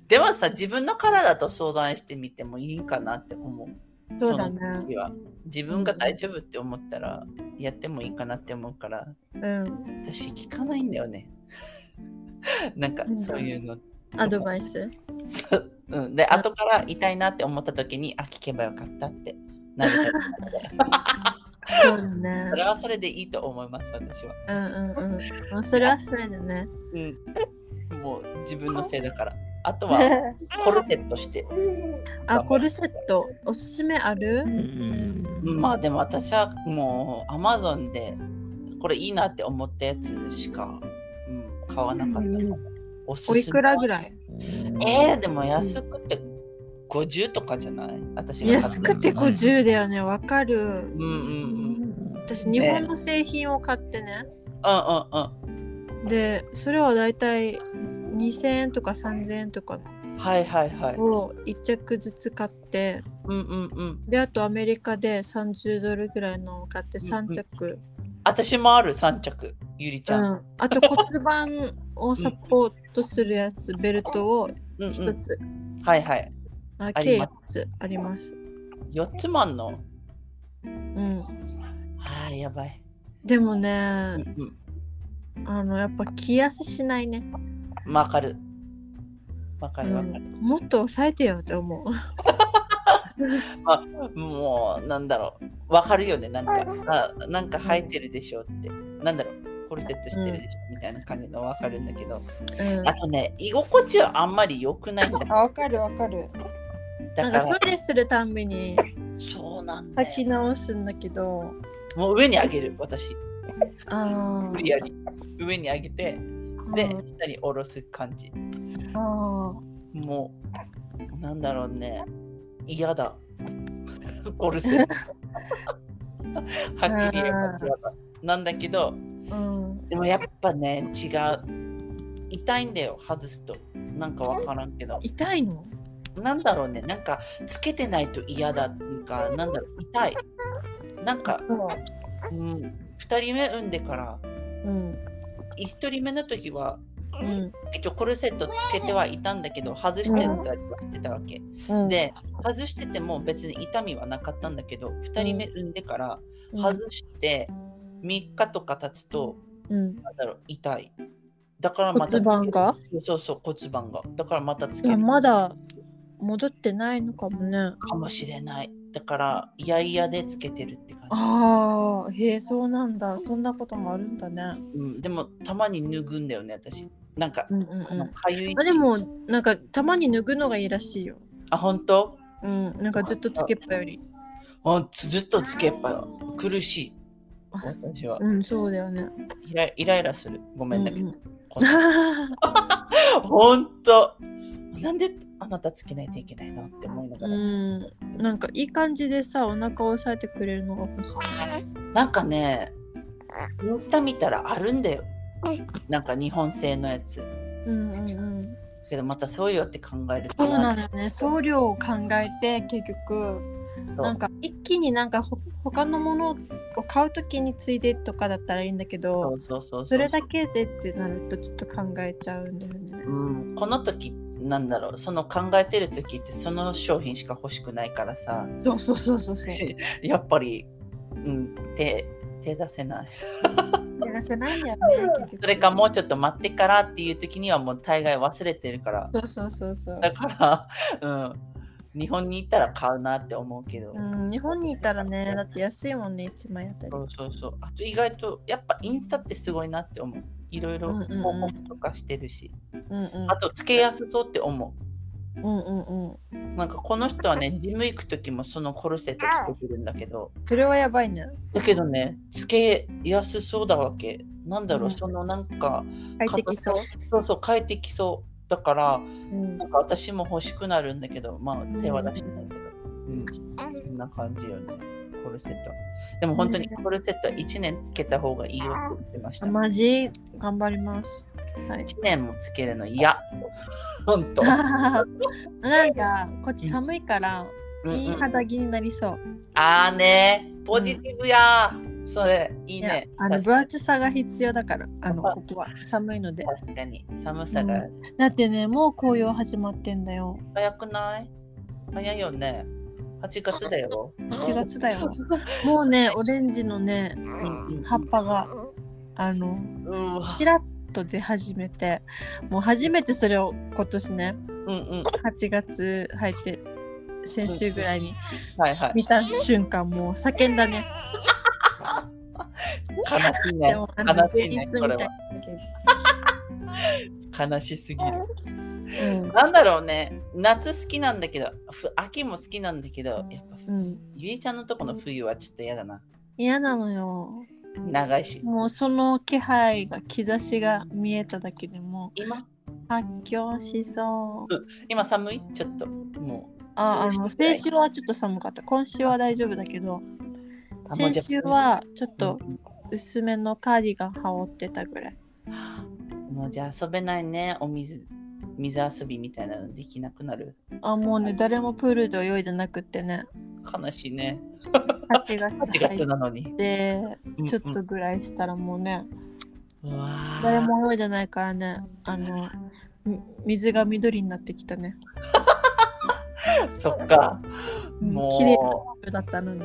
Speaker 2: でもさ、自分の体と相談してみてもいいかなって思う。
Speaker 1: そうだね
Speaker 2: の時は自分が大丈夫って思ったらやってもいいかなって思うから、
Speaker 1: うん
Speaker 2: 私聞かないんだよね。 なんかそういうの。
Speaker 1: アドバイス
Speaker 2: そううん、で、後から痛いなって思った時に、あ、聞けばよかったって なるタイプなので
Speaker 1: そうだね
Speaker 2: それはそれでいいと思います、私は。
Speaker 1: うんうんうんまあそれはそれでね
Speaker 2: うん。 もう自分のせいだから。あと はコルセットして。
Speaker 1: あコルセットおすすめある
Speaker 2: まあでも私はもう Amazon でこれいいなって思ったやつしか、うん、買わなかった。
Speaker 1: うん
Speaker 2: おすす
Speaker 1: お
Speaker 2: め
Speaker 1: いくらぐらい
Speaker 2: えー、でも安くて50とかじゃない私が買った
Speaker 1: 安くて50だよねわかる
Speaker 2: うんうんうん。うん
Speaker 1: 私日本の製品を買ってね
Speaker 2: うんう
Speaker 1: でそれはだいたい2000円とか3000円とか
Speaker 2: ん。はいはいはい。
Speaker 1: を1着ずつ買って
Speaker 2: うんうんうん。
Speaker 1: であとアメリカで30ドルぐらいのを買って3着、
Speaker 2: 私もある3着、ゆりちゃん。
Speaker 1: うん、あと骨盤をサポートするやつ、ベルトを
Speaker 2: うんうん
Speaker 1: 一つ、
Speaker 2: はいはい。
Speaker 1: あ
Speaker 2: あ
Speaker 1: 計
Speaker 2: り
Speaker 1: 4
Speaker 2: ま
Speaker 1: つあります。
Speaker 2: 4つもあんの。
Speaker 1: うん、
Speaker 2: あーやばい。
Speaker 1: でも
Speaker 2: う
Speaker 1: ね、
Speaker 2: んうん。
Speaker 1: あのやっぱ着痩せしないね。
Speaker 2: わかる。わか
Speaker 1: う
Speaker 2: るわかる。
Speaker 1: ん、もっと抑えてよって思う。
Speaker 2: もうなんだろうわかるよねなんかあなんか生えてるでしょってなんだろうコルセットしてるでしょ、みたいな感じのわかるんだけど
Speaker 1: うん、
Speaker 2: あとね居心地はあんまり良くないんだ
Speaker 4: あ、わかるわかる。
Speaker 1: な
Speaker 2: だ
Speaker 1: ん
Speaker 2: か
Speaker 1: からトイレするたんびに
Speaker 2: そうなんだ
Speaker 1: 履き
Speaker 2: よ
Speaker 1: 直すんだけど、
Speaker 2: もう上に上げる私
Speaker 1: あ
Speaker 2: 無理やり上に上げて
Speaker 1: ー
Speaker 2: で下に下ろす感じ
Speaker 1: あー
Speaker 2: もうなんだろうね嫌だ コルセットはっきり言えば嫌だなんだけど
Speaker 1: うん、
Speaker 2: でもやっぱね違う痛いんだよ外すとなんかわからんけど
Speaker 1: 痛いの
Speaker 2: なんだろうねなんかつけてないと嫌だっていうかなんだろう痛いなんか、うん、2人目産んでから
Speaker 1: うん、
Speaker 2: 1人目の時は
Speaker 1: うん、
Speaker 2: 一応コルセットつけてはいたんだけど外してたりしてたわけ、
Speaker 1: うん、
Speaker 2: で外してても別に痛みはなかったんだけど2人目産んでから
Speaker 1: うん、
Speaker 2: 外して3日とか経つと
Speaker 1: うん、
Speaker 2: なんだろう痛い。だからまた
Speaker 1: 骨盤が
Speaker 2: そうそうそう骨盤が。だからまたつ
Speaker 1: い
Speaker 2: け
Speaker 1: や
Speaker 2: る
Speaker 1: まだ戻ってないのかもね。
Speaker 2: かもしれない。だからいやいやでつけてるって感
Speaker 1: ああ、へえ、そうなんだ。そんなこともあるんだね。
Speaker 2: じ。うん、でもたまに脱ぐんだよね私。なんか、
Speaker 1: うんうん
Speaker 2: あの
Speaker 1: う
Speaker 2: かゆい
Speaker 1: ん。あでも、なんか、たまに脱ぐのがいいらしいよ。
Speaker 2: あ本当
Speaker 1: うん、なんかずっとつけっぱより。
Speaker 2: あずずっとつけっぱよ苦しい。
Speaker 1: あ
Speaker 2: 私は
Speaker 1: うん、そうだよね。
Speaker 2: イライイライラする。ごめんだけど。
Speaker 1: うんうん
Speaker 2: こんな 本当なんであなたつけないといけないのって思いなが
Speaker 1: う
Speaker 2: ら。
Speaker 1: ん、なんかいい感じでさ、お腹を押さえてくれるのが欲しい。
Speaker 2: なんかね、インスタ見たらあるんだよ。なんか日本製のやつ。
Speaker 1: うんうんうん。
Speaker 2: けどまたそうよって考える
Speaker 1: そうなん
Speaker 2: ん
Speaker 1: だよね。送料を考えて、結局、なんか一気になんかほ他のものを買うときについでとかだったらいいんだけど。
Speaker 2: そうそうそうそう
Speaker 1: それだけでってなるとちょっと考えちゃうんだよね。
Speaker 2: うん、この時なんだろうその考えてる時ってその商品しか欲しくないからさ
Speaker 1: そうそうそうそう そう。や
Speaker 2: やっぱり、うん、手手出せない
Speaker 1: らせないんだよね。結局
Speaker 2: それかもうちょっと待ってからっていう時にはもう大概忘れてるから
Speaker 1: そうそうそうそう。
Speaker 2: だから、うん、日本に行ったら買うなって思うけど、
Speaker 1: うん、日本にいたらね、だって安いもんね、1枚あた
Speaker 2: そ
Speaker 1: り。
Speaker 2: うそうそうあと意外とやっぱインスタってすごいなって思ういろいろ
Speaker 1: うんうんうん
Speaker 2: 広告とかしてるし、
Speaker 1: うんうん
Speaker 2: あとつけやすそうって思う
Speaker 1: うんうんうん。
Speaker 2: なんかこの人はねジム行く時もそのコルセット着てくるんだけど
Speaker 1: それはやばいね。
Speaker 2: だけどねつけやすそうだわけなんだろ
Speaker 1: う
Speaker 2: う、
Speaker 1: ん
Speaker 2: そのなんか
Speaker 1: 快適そう。
Speaker 2: そうそう変えてきそうだから
Speaker 1: うん
Speaker 2: なんか私も欲しくなるんだけどまあ手は出してないけどうんそんな感じよねコルセットでも本当にコルセットは1年つけた方がいいよって言ってました
Speaker 1: あマジ頑張ります。はい。
Speaker 2: 1年もつけるの嫌。本当。
Speaker 1: なんか、こっち寒いから、
Speaker 2: うん
Speaker 1: いい
Speaker 2: うん、
Speaker 1: 肌着になりそう。
Speaker 2: ああね、ポジティブや。それ、いい
Speaker 1: いや
Speaker 2: ね。
Speaker 1: あの
Speaker 2: 確
Speaker 1: 分厚さが必要だから、あの
Speaker 2: はい
Speaker 1: ここは寒いので。
Speaker 2: 確かに。寒さが
Speaker 1: だってね、もう紅葉始まってんだよ。
Speaker 2: 早くない早いよね。8月だよ。
Speaker 1: 8月だよ。もうね、オレンジのね、葉っぱが、あの、
Speaker 2: うん。うわ
Speaker 1: キラッと出始めて、もう初めてそれを今年ね、
Speaker 2: うんうん。
Speaker 1: 8月入って、先週ぐらいに
Speaker 2: はいはい。
Speaker 1: 見た瞬間、もう叫んだね。
Speaker 2: 悲し
Speaker 1: で
Speaker 2: いね
Speaker 1: も、。あの
Speaker 2: 悲しいね。
Speaker 1: 前日
Speaker 2: こ
Speaker 1: み
Speaker 2: れ
Speaker 1: たい
Speaker 2: は。悲しすぎる。
Speaker 1: うん
Speaker 2: なんだろうね。夏好きなんだけど、ふ秋も好きなんだけど、やっぱ、
Speaker 1: うん。
Speaker 2: ゆいちゃんのとこの冬はちょっと嫌だな。
Speaker 1: 嫌なのよ。
Speaker 2: 長いし。
Speaker 1: もうその気配が、兆しが見えただけでもう
Speaker 2: 今
Speaker 1: 発狂しそう。
Speaker 2: 今寒いちょっとも
Speaker 1: あ、あ
Speaker 2: 涼
Speaker 1: の
Speaker 2: しくない
Speaker 1: 先週はちょっと寒かった。今週は大丈夫だけど、
Speaker 2: う
Speaker 1: 先週はちょっと薄めのカーディガン羽織ってたぐらい。
Speaker 2: もうじゃあ遊べないねお水水遊びみたいなのできなくなる
Speaker 1: あ、もうね、誰もプールで泳いでなくってね、
Speaker 2: 悲しいね
Speaker 1: 8月
Speaker 2: 8
Speaker 1: 入
Speaker 2: 月
Speaker 1: っ
Speaker 2: なのに
Speaker 1: て、ちょっ
Speaker 2: うん
Speaker 1: とぐらいしたらもうね、
Speaker 2: うんうわー
Speaker 1: 誰も泳いでないからね、あの、み水が緑になってきたね。
Speaker 2: そっか
Speaker 1: うん
Speaker 2: も
Speaker 1: 綺麗な色だったのに。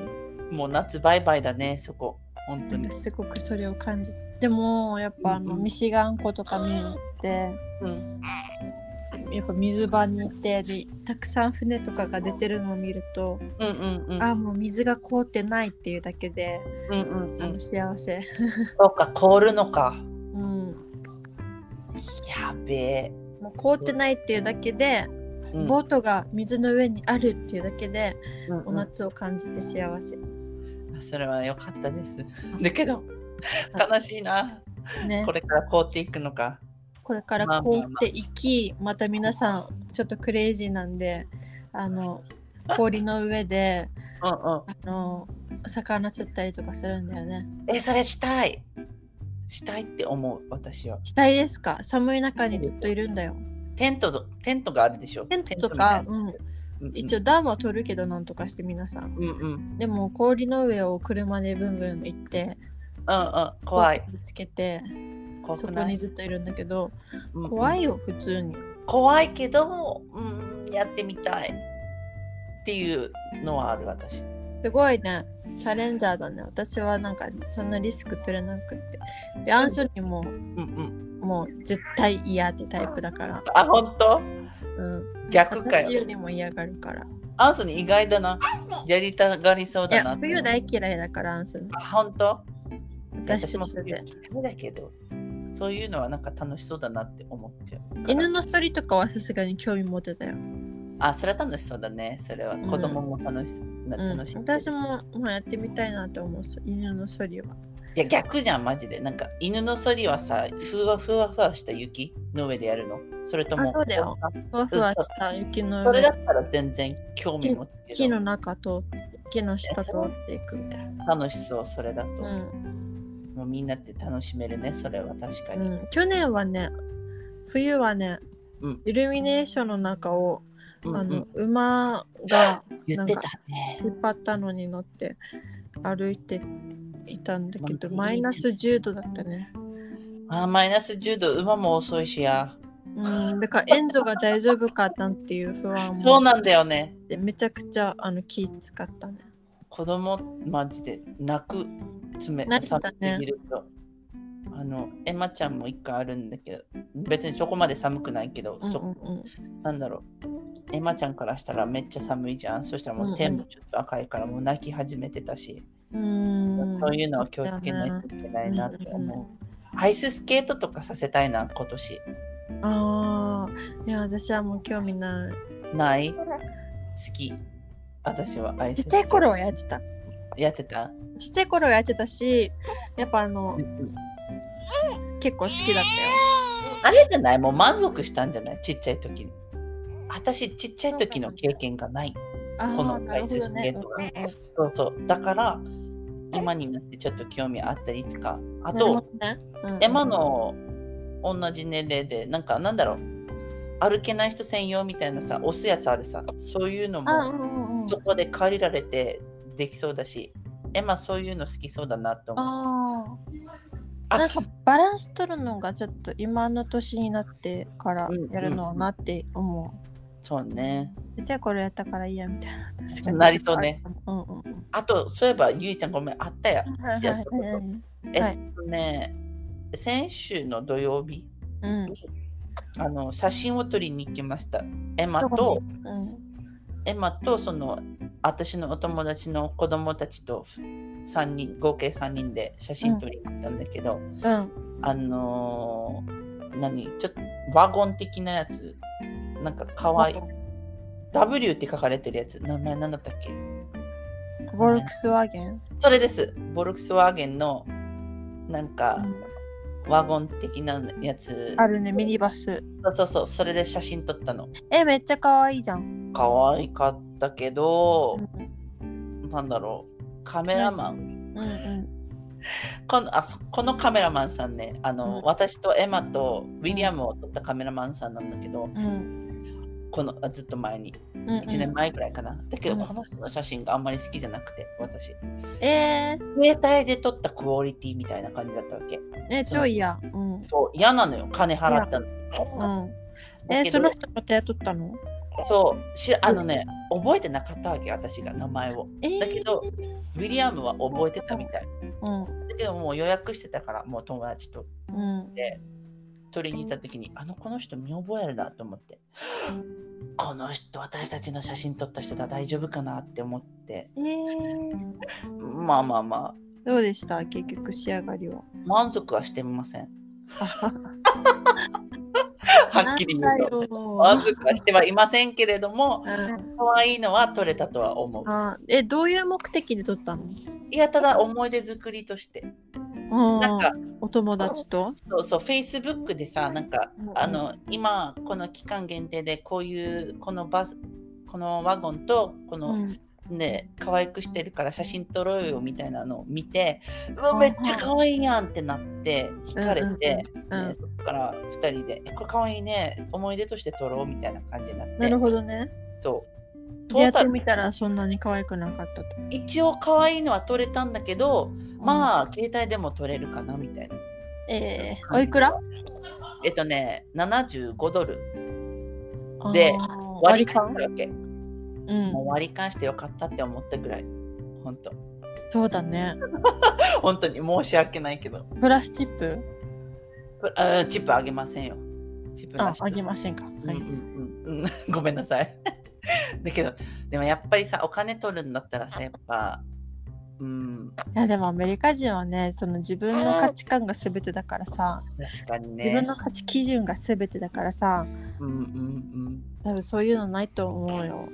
Speaker 2: うもう夏バイバイだねそこ本当に
Speaker 1: すごくそれを感じでもやっぱあの
Speaker 2: うんうん
Speaker 1: ミシガン湖とか見に行って、
Speaker 2: うん
Speaker 1: やっぱ水場に行ってでたくさん船とかが出てるのを見ると、
Speaker 2: うんうんうん
Speaker 1: ああもう水が凍ってないっていうだけで、
Speaker 2: うんうんう
Speaker 1: あ
Speaker 2: ん
Speaker 1: の幸せ、
Speaker 2: そうか凍るのか
Speaker 1: うん、
Speaker 2: やべえ、
Speaker 1: もう凍ってないっていうだけで、
Speaker 2: うん
Speaker 1: ボートが水の上にあるっていうだけで、
Speaker 2: うんうん
Speaker 1: お夏を感じて幸せ、
Speaker 2: それは良かったですだけど悲しいな
Speaker 1: ね
Speaker 2: これから凍っていくのか
Speaker 1: これから凍っていき、また皆さんちょっとクレイジーなんであの氷の上で
Speaker 2: うんうん
Speaker 1: あの魚釣ったりとかするんだよね。
Speaker 2: え、それしたい。したいって思う、私は。
Speaker 1: したいですか寒い中にずっといるんだよ。
Speaker 2: テントと、テントがあるでしょ。
Speaker 1: テントとか、
Speaker 2: テントみ
Speaker 1: うん、
Speaker 2: たいな、うんうん
Speaker 1: 一応。暖は取るけどなんとかして皆さん。
Speaker 2: うんうん。うん
Speaker 1: でも氷の上を車でブンブン行って
Speaker 2: うん。怖い。
Speaker 1: ぶつけて
Speaker 2: 怖
Speaker 1: そ
Speaker 2: く
Speaker 1: こ
Speaker 2: な
Speaker 1: に
Speaker 2: い。
Speaker 1: ずっといるんだけど
Speaker 2: うんうん
Speaker 1: 怖いよ普通に。
Speaker 2: 怖いけど、うん、やってみたい。っていうのはある、私。
Speaker 1: すごいねチャレンジャーだね。私はなんかそんなリスク取れなくって。でアンソニーも
Speaker 2: うんうん。
Speaker 1: もう絶対嫌ってタイプだから、
Speaker 2: あ、本当
Speaker 1: うん、
Speaker 2: 逆か
Speaker 1: 私よ
Speaker 2: よ。
Speaker 1: りも嫌がるから。
Speaker 2: アンソニー意外だな。やりたがりそう
Speaker 1: い
Speaker 2: だな
Speaker 1: や
Speaker 2: って。
Speaker 1: 冬大嫌いだからアンソニー。
Speaker 2: あ、本当
Speaker 1: 私と一緒
Speaker 2: 冬
Speaker 1: で
Speaker 2: 嫌。いだけど、そういうのはなんか楽しそうだなって思っちゃう。
Speaker 1: 犬のそりとかはさすがに興味持ってたよ。
Speaker 2: あ、それは楽しそうだね。それは
Speaker 1: ん
Speaker 2: 子供も楽し、な
Speaker 1: うん、
Speaker 2: 楽しい。
Speaker 1: 私ももうやってみたいなと思うそう犬のそりは。
Speaker 2: いや逆じゃんマジで。なんか犬のそりはさ、ふわふわふわした雪の上でやるの。それとも
Speaker 1: あそうだよ。ふわふわした雪の
Speaker 2: それだ
Speaker 1: 上
Speaker 2: ったら全然興味持つけ
Speaker 1: 木
Speaker 2: ど
Speaker 1: の中通って木の下通っていくみたいな。
Speaker 2: 楽しそうそれだと、
Speaker 1: うん
Speaker 2: もうみんなって楽しめるねそれは確かに、
Speaker 1: うん、去年はね冬はね、
Speaker 2: うん
Speaker 1: イルミネーションの中を、
Speaker 2: うんうん
Speaker 1: あの馬が
Speaker 2: 言ってたね
Speaker 1: 引っ張ったのに乗って歩いていたんだけど
Speaker 2: うん
Speaker 1: マイナス10度だったね。
Speaker 2: あーマイナス10度馬も遅いしや
Speaker 1: うん、だからエンゾが大丈夫かなんていう不安も
Speaker 2: そうなんだよね
Speaker 1: でめちゃくちゃあの気使ったね。
Speaker 2: 子供マジで泣く爪
Speaker 1: 泣いてたね
Speaker 2: 寒すぎるとあのエマちゃんも一回あるんだけど別にそこまで寒くないけど、
Speaker 1: うんう
Speaker 2: そ
Speaker 1: んうん
Speaker 2: なんだろうエマちゃんからしたらめっちゃ寒いじゃん。そしたらもう手もちょっと赤いからもう泣き始めてたし、
Speaker 1: うん
Speaker 2: そういうのを気をつけないといけないなって思う。アイススケートとかさせたいな、今年。
Speaker 1: ああいや私はもう興味ない
Speaker 2: ない好き。私はアイ
Speaker 1: ち
Speaker 2: ス
Speaker 1: っ
Speaker 2: スケ
Speaker 1: ちゃい
Speaker 2: ート
Speaker 1: 頃はやってた
Speaker 2: やってた。
Speaker 1: ちっちゃい頃はやってたしやっぱあの結構好きだっ
Speaker 2: あれじゃないもう満足したんじゃないちっちゃい時に。私、ちっちゃい時の経験がない。
Speaker 1: たよ
Speaker 2: この
Speaker 1: あーなるほどね
Speaker 2: アイススケートがそうそう。だから、今になってちょっと興味あったりとか、あ
Speaker 1: なるほ
Speaker 2: と、
Speaker 1: どねうん
Speaker 2: 山の同じ年齢で、なんかなんだろう、歩けない人専用みたいなさ、押すやつあるさ、そういうの
Speaker 1: あー
Speaker 2: も
Speaker 1: うんうんうん
Speaker 2: そこで借りられてできそうだし、エマそういうの好きそうだなと思う。
Speaker 1: あ
Speaker 2: あ
Speaker 1: ーなんかバランス取るのがちょっと今の年になってからやるのはなって思う、
Speaker 2: そうね。
Speaker 1: ちっちゃい頃やったからいいやみたいな確
Speaker 2: そうなりそうね
Speaker 1: うんうんうん
Speaker 2: あと、そういえば、ゆいちゃんごめん、あったや。
Speaker 1: はい
Speaker 2: や
Speaker 1: は
Speaker 2: っ
Speaker 1: い
Speaker 2: たことえ
Speaker 1: はい
Speaker 2: っとね、先週の土曜日、
Speaker 1: うん
Speaker 2: あの写真を撮りに行きました。エマと、
Speaker 1: うん
Speaker 2: エマとその私のお友達の子供たちと三人合計3人で写真撮りに行ったんだけど、
Speaker 1: うん
Speaker 2: あのー何ちょっとワゴン的なやつなんかかわいい W って書かれてるやつ名前なんだったっけ
Speaker 1: ボルクスワーゲン
Speaker 2: それですボルクスワーゲンのなんかワゴン的なやつ
Speaker 1: あるねミニバス
Speaker 2: そうそうそうそれで写真撮ったの
Speaker 1: えめっちゃ可愛いじゃん
Speaker 2: 可愛かったけど
Speaker 1: う、ん
Speaker 2: なんだろうカメラマン、
Speaker 1: うんうん
Speaker 2: このあそこのカメラマンさんねあの、
Speaker 1: うん
Speaker 2: 私とエマとウィリアムを撮ったカメラマンさんなんだけど
Speaker 1: うん
Speaker 2: このあずっと前に
Speaker 1: うんうん
Speaker 2: 1年前ぐらいかな、だけど
Speaker 1: うん
Speaker 2: この人の写真があんまり好きじゃなくて私
Speaker 1: えー
Speaker 2: 携帯で撮ったクオリティみたいな感じだったわけ
Speaker 1: え超嫌うん
Speaker 2: そう嫌なのよ金払ったの
Speaker 1: うん
Speaker 2: だ
Speaker 1: え
Speaker 2: けど
Speaker 1: その人の手取ったの
Speaker 2: そうしあのね覚えてなかったわけ私が名前を
Speaker 1: えー
Speaker 2: だけどウィリアムは覚えてたみたい
Speaker 1: うん
Speaker 2: だけどもう予約してたからもう友達と
Speaker 1: うん
Speaker 2: 撮りに行った時にあのこの人見覚えあるなと思ってこの人私たちの写真撮った人だ大丈夫かなって思って
Speaker 1: えー
Speaker 2: まあまあまあ
Speaker 1: どうでした結局仕上がりは
Speaker 2: 満足はしてませんはっきり言うと満
Speaker 1: と
Speaker 2: 足はしてはいませんけれども
Speaker 1: うん
Speaker 2: 可愛いのは撮れたとは思う
Speaker 1: あーえどういう目的で撮ったの
Speaker 2: いやただ思い出作りとしてなんか
Speaker 1: お友達と
Speaker 2: そうそう、Facebook でさ、なんか
Speaker 1: うんう、ん
Speaker 2: あの、今、この期間限定で、こういう、このバス、このワゴンと、こ
Speaker 1: う
Speaker 2: の、
Speaker 1: ん
Speaker 2: ね、可愛くしてるから写真撮ろうよみたいなのを見て、う
Speaker 1: うん
Speaker 2: わ、めっちゃ可愛いやんってなって、惹かれて、
Speaker 1: うん
Speaker 2: ねそこから2人で、えこれ可愛いね、思い出として撮ろうみたいな感じになって、
Speaker 1: なるほどね
Speaker 2: そう。ト
Speaker 1: 出会
Speaker 2: ー
Speaker 1: っ
Speaker 2: タ
Speaker 1: て
Speaker 2: ル
Speaker 1: みたらそんなに可愛くなかったと
Speaker 2: 一応可愛いのは撮れたんだけど、まあ、携帯でも撮れるかなみたいな。
Speaker 1: えー、おいくら
Speaker 2: えっとね、75ドル。で
Speaker 1: あー割
Speaker 2: 割り
Speaker 1: り勘
Speaker 2: 勘だわけ。
Speaker 1: うん
Speaker 2: もう割り勘してよかったって思ったぐらい。本当。
Speaker 1: そうだね
Speaker 2: 本当に申し訳ないけど。
Speaker 1: プラスチップ
Speaker 2: あチップあげませんよ。チップ
Speaker 1: あ
Speaker 2: なし。
Speaker 1: あげますせんか、
Speaker 2: うん
Speaker 1: は
Speaker 2: う
Speaker 1: い
Speaker 2: んうん うん、ごめんなさい。だけど、でもやっぱりさ、お金取るんだったらさ、やっぱ、うん、
Speaker 1: いやでもアメリカ人はねその自分の価値観が全てだからさ、
Speaker 2: 確かにね。
Speaker 1: 自分の価値基準が全てだからさ
Speaker 2: うんうん
Speaker 1: 多分そういうのないと思うよ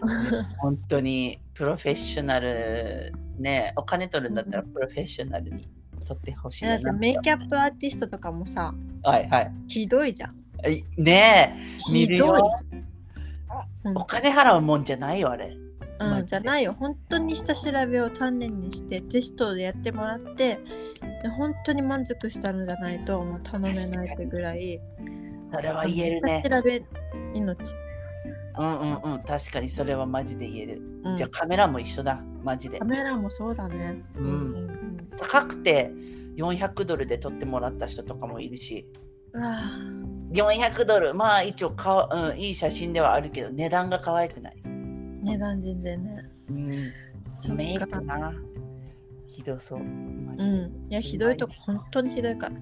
Speaker 2: うん。本当にプロフェッショナル、ね、お金取るんだったらプロフェッショナルに取ってほしい
Speaker 1: だって
Speaker 2: な。
Speaker 1: メイキャップアーティストとかもさ
Speaker 2: はいはい
Speaker 1: ひどいじゃん
Speaker 2: え。ねえ。見
Speaker 1: ひ
Speaker 2: る
Speaker 1: どい
Speaker 2: よ
Speaker 1: うん
Speaker 2: お金払うもんじゃないよあれ。マジ
Speaker 1: う
Speaker 2: で
Speaker 1: ん、じゃないよ本当に下調べを丹念にしてテストでやってもらってで本当に満足したのじゃないともう頼めないってぐらい
Speaker 2: それは言えるね。
Speaker 1: 下調べ命、
Speaker 2: うんうんうん。確かにそれはマジで言える。
Speaker 1: うん、
Speaker 2: じゃあカメラも一緒だ。マジで
Speaker 1: カ。メラもそうだね
Speaker 2: うん
Speaker 1: ん
Speaker 2: 高くて400ドルで撮ってもらった人とかもいるし。
Speaker 1: うわ
Speaker 2: 400ドル、まあ一応か、うん、いい写真ではあるけど、値段が可愛くない。
Speaker 1: 値段全然ね
Speaker 2: うん。
Speaker 1: そっ
Speaker 2: メイ
Speaker 1: か
Speaker 2: クな。ひどそう。マ
Speaker 1: う
Speaker 2: ジで。
Speaker 1: んいやひどいとこ本当にひどいから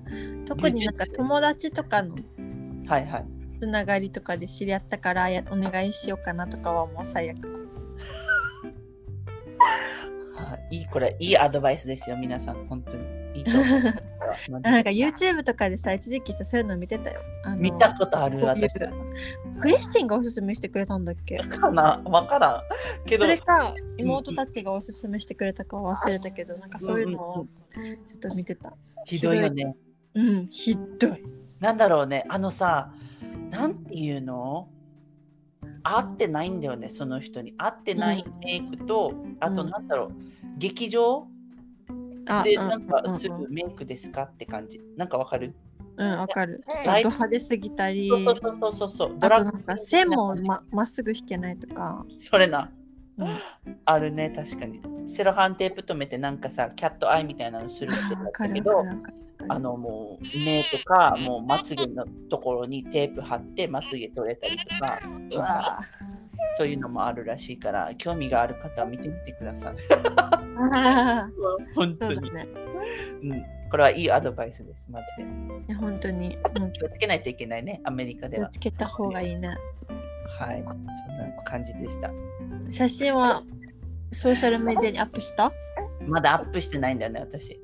Speaker 1: 特になんか友達とかの
Speaker 2: はいはい。
Speaker 1: つながりとかで知り合ったからやお願いしようかなとかはもう最悪
Speaker 2: はい、いいこれいいアドバイスですよ皆さん本当にいいと思 う
Speaker 1: なんか YouTube とかでさ一時期さそういうの見てたよあの
Speaker 2: 見たことあ
Speaker 1: こう
Speaker 2: る
Speaker 1: いう
Speaker 2: 私
Speaker 1: クリスティンがおすすめしてくれたんだっけ
Speaker 2: かなわからんけ
Speaker 1: そ
Speaker 2: ど
Speaker 1: れか妹たちがおすすめしてくれたかは忘れたけどなんかそういうのをちょっと見てた
Speaker 2: ひどいよね
Speaker 1: うんひどい
Speaker 2: なんだろうねあのさなんていうの会ってないんだよねその人に会ってないメイクと、あとなんだろう、劇場
Speaker 1: あ
Speaker 2: で
Speaker 1: うん
Speaker 2: なんか
Speaker 1: うん
Speaker 2: すぐメイクですかって感じなんかわかる
Speaker 1: うんわかるちょっとド
Speaker 2: 大
Speaker 1: 派手すぎたり
Speaker 2: そうそうそうそうそう
Speaker 1: あと
Speaker 2: ク
Speaker 1: なんか線もままっすぐ引けないとか、
Speaker 2: それな
Speaker 1: うん、
Speaker 2: あるね確かにセロハンテープ止めてなんかさキャットアイみたいなのするって言
Speaker 1: わ
Speaker 2: ってた
Speaker 1: か
Speaker 2: け
Speaker 1: る
Speaker 2: ど
Speaker 1: わかるわかる
Speaker 2: あのもう目とかもうまつげのところにテープ貼ってまつげ取れたりとか
Speaker 1: うわー
Speaker 2: そういうのもあるらしいから興味がある方は見てみてください
Speaker 1: あー
Speaker 2: 本当
Speaker 1: そう
Speaker 2: に
Speaker 1: だね
Speaker 2: うん、これはいいアドバイスですマジで
Speaker 1: いや本当にもう
Speaker 2: 気をつけないといけないねアメリカ
Speaker 1: 気
Speaker 2: で
Speaker 1: を
Speaker 2: は
Speaker 1: つけた方がいいな
Speaker 2: はいそんな感じでした
Speaker 1: 写真はソーシャルメディアにアップした
Speaker 2: まだアップしてないんだよね私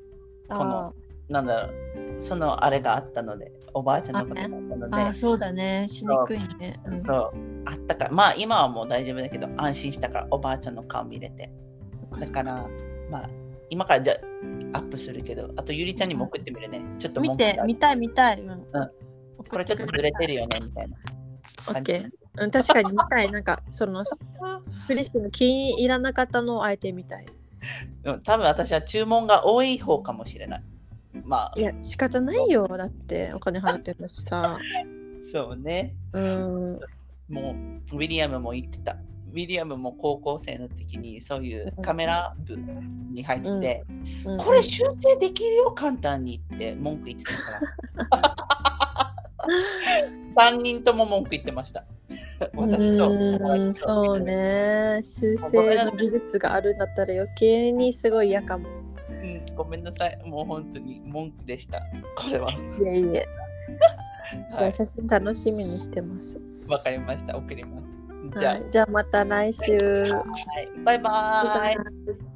Speaker 2: この
Speaker 1: あー
Speaker 2: なんだろうそのあれがあったのでおばあちゃんのことがあったので
Speaker 1: あーそうだねしにくいね、うん、よ
Speaker 2: そうあったからまあ今はもう大丈夫だけど安心したからおばあちゃんの顔見れてだからまあ今からじゃあアップするけどあとゆりちゃんにも送ってみるねちょっと
Speaker 1: 見
Speaker 2: 文句が
Speaker 1: て見たい見たい、うん
Speaker 2: これちょっとずれてるよねみたいな
Speaker 1: オッ
Speaker 2: 感じ
Speaker 1: ケー、うん、確かに見たいなんかそのクリスティの気に入らなかったのをあえてみたい
Speaker 2: うん多分私は注文が多い方かもしれないまあ
Speaker 1: いや仕方ないよだってお金払ってるしさ
Speaker 2: そうね
Speaker 1: うん
Speaker 2: もうウィリアムも言ってたウィリアムも高校生の時にそういうカメラ部に入ってて、
Speaker 1: うん
Speaker 2: これ修正できるよ簡単にって文句言ってたから3人とも文句言ってました私と
Speaker 1: うんそうね修正の技術があるんだったら余計にすごい嫌かも
Speaker 2: うんごめんなさいもう本当に文句でしたこれは
Speaker 1: いえいえ、
Speaker 2: は
Speaker 1: 写真楽しみにしてます
Speaker 2: いわかりました送りますじゃあ、
Speaker 1: はいじゃあまた来週
Speaker 2: はいバイバーイ
Speaker 1: バイバイ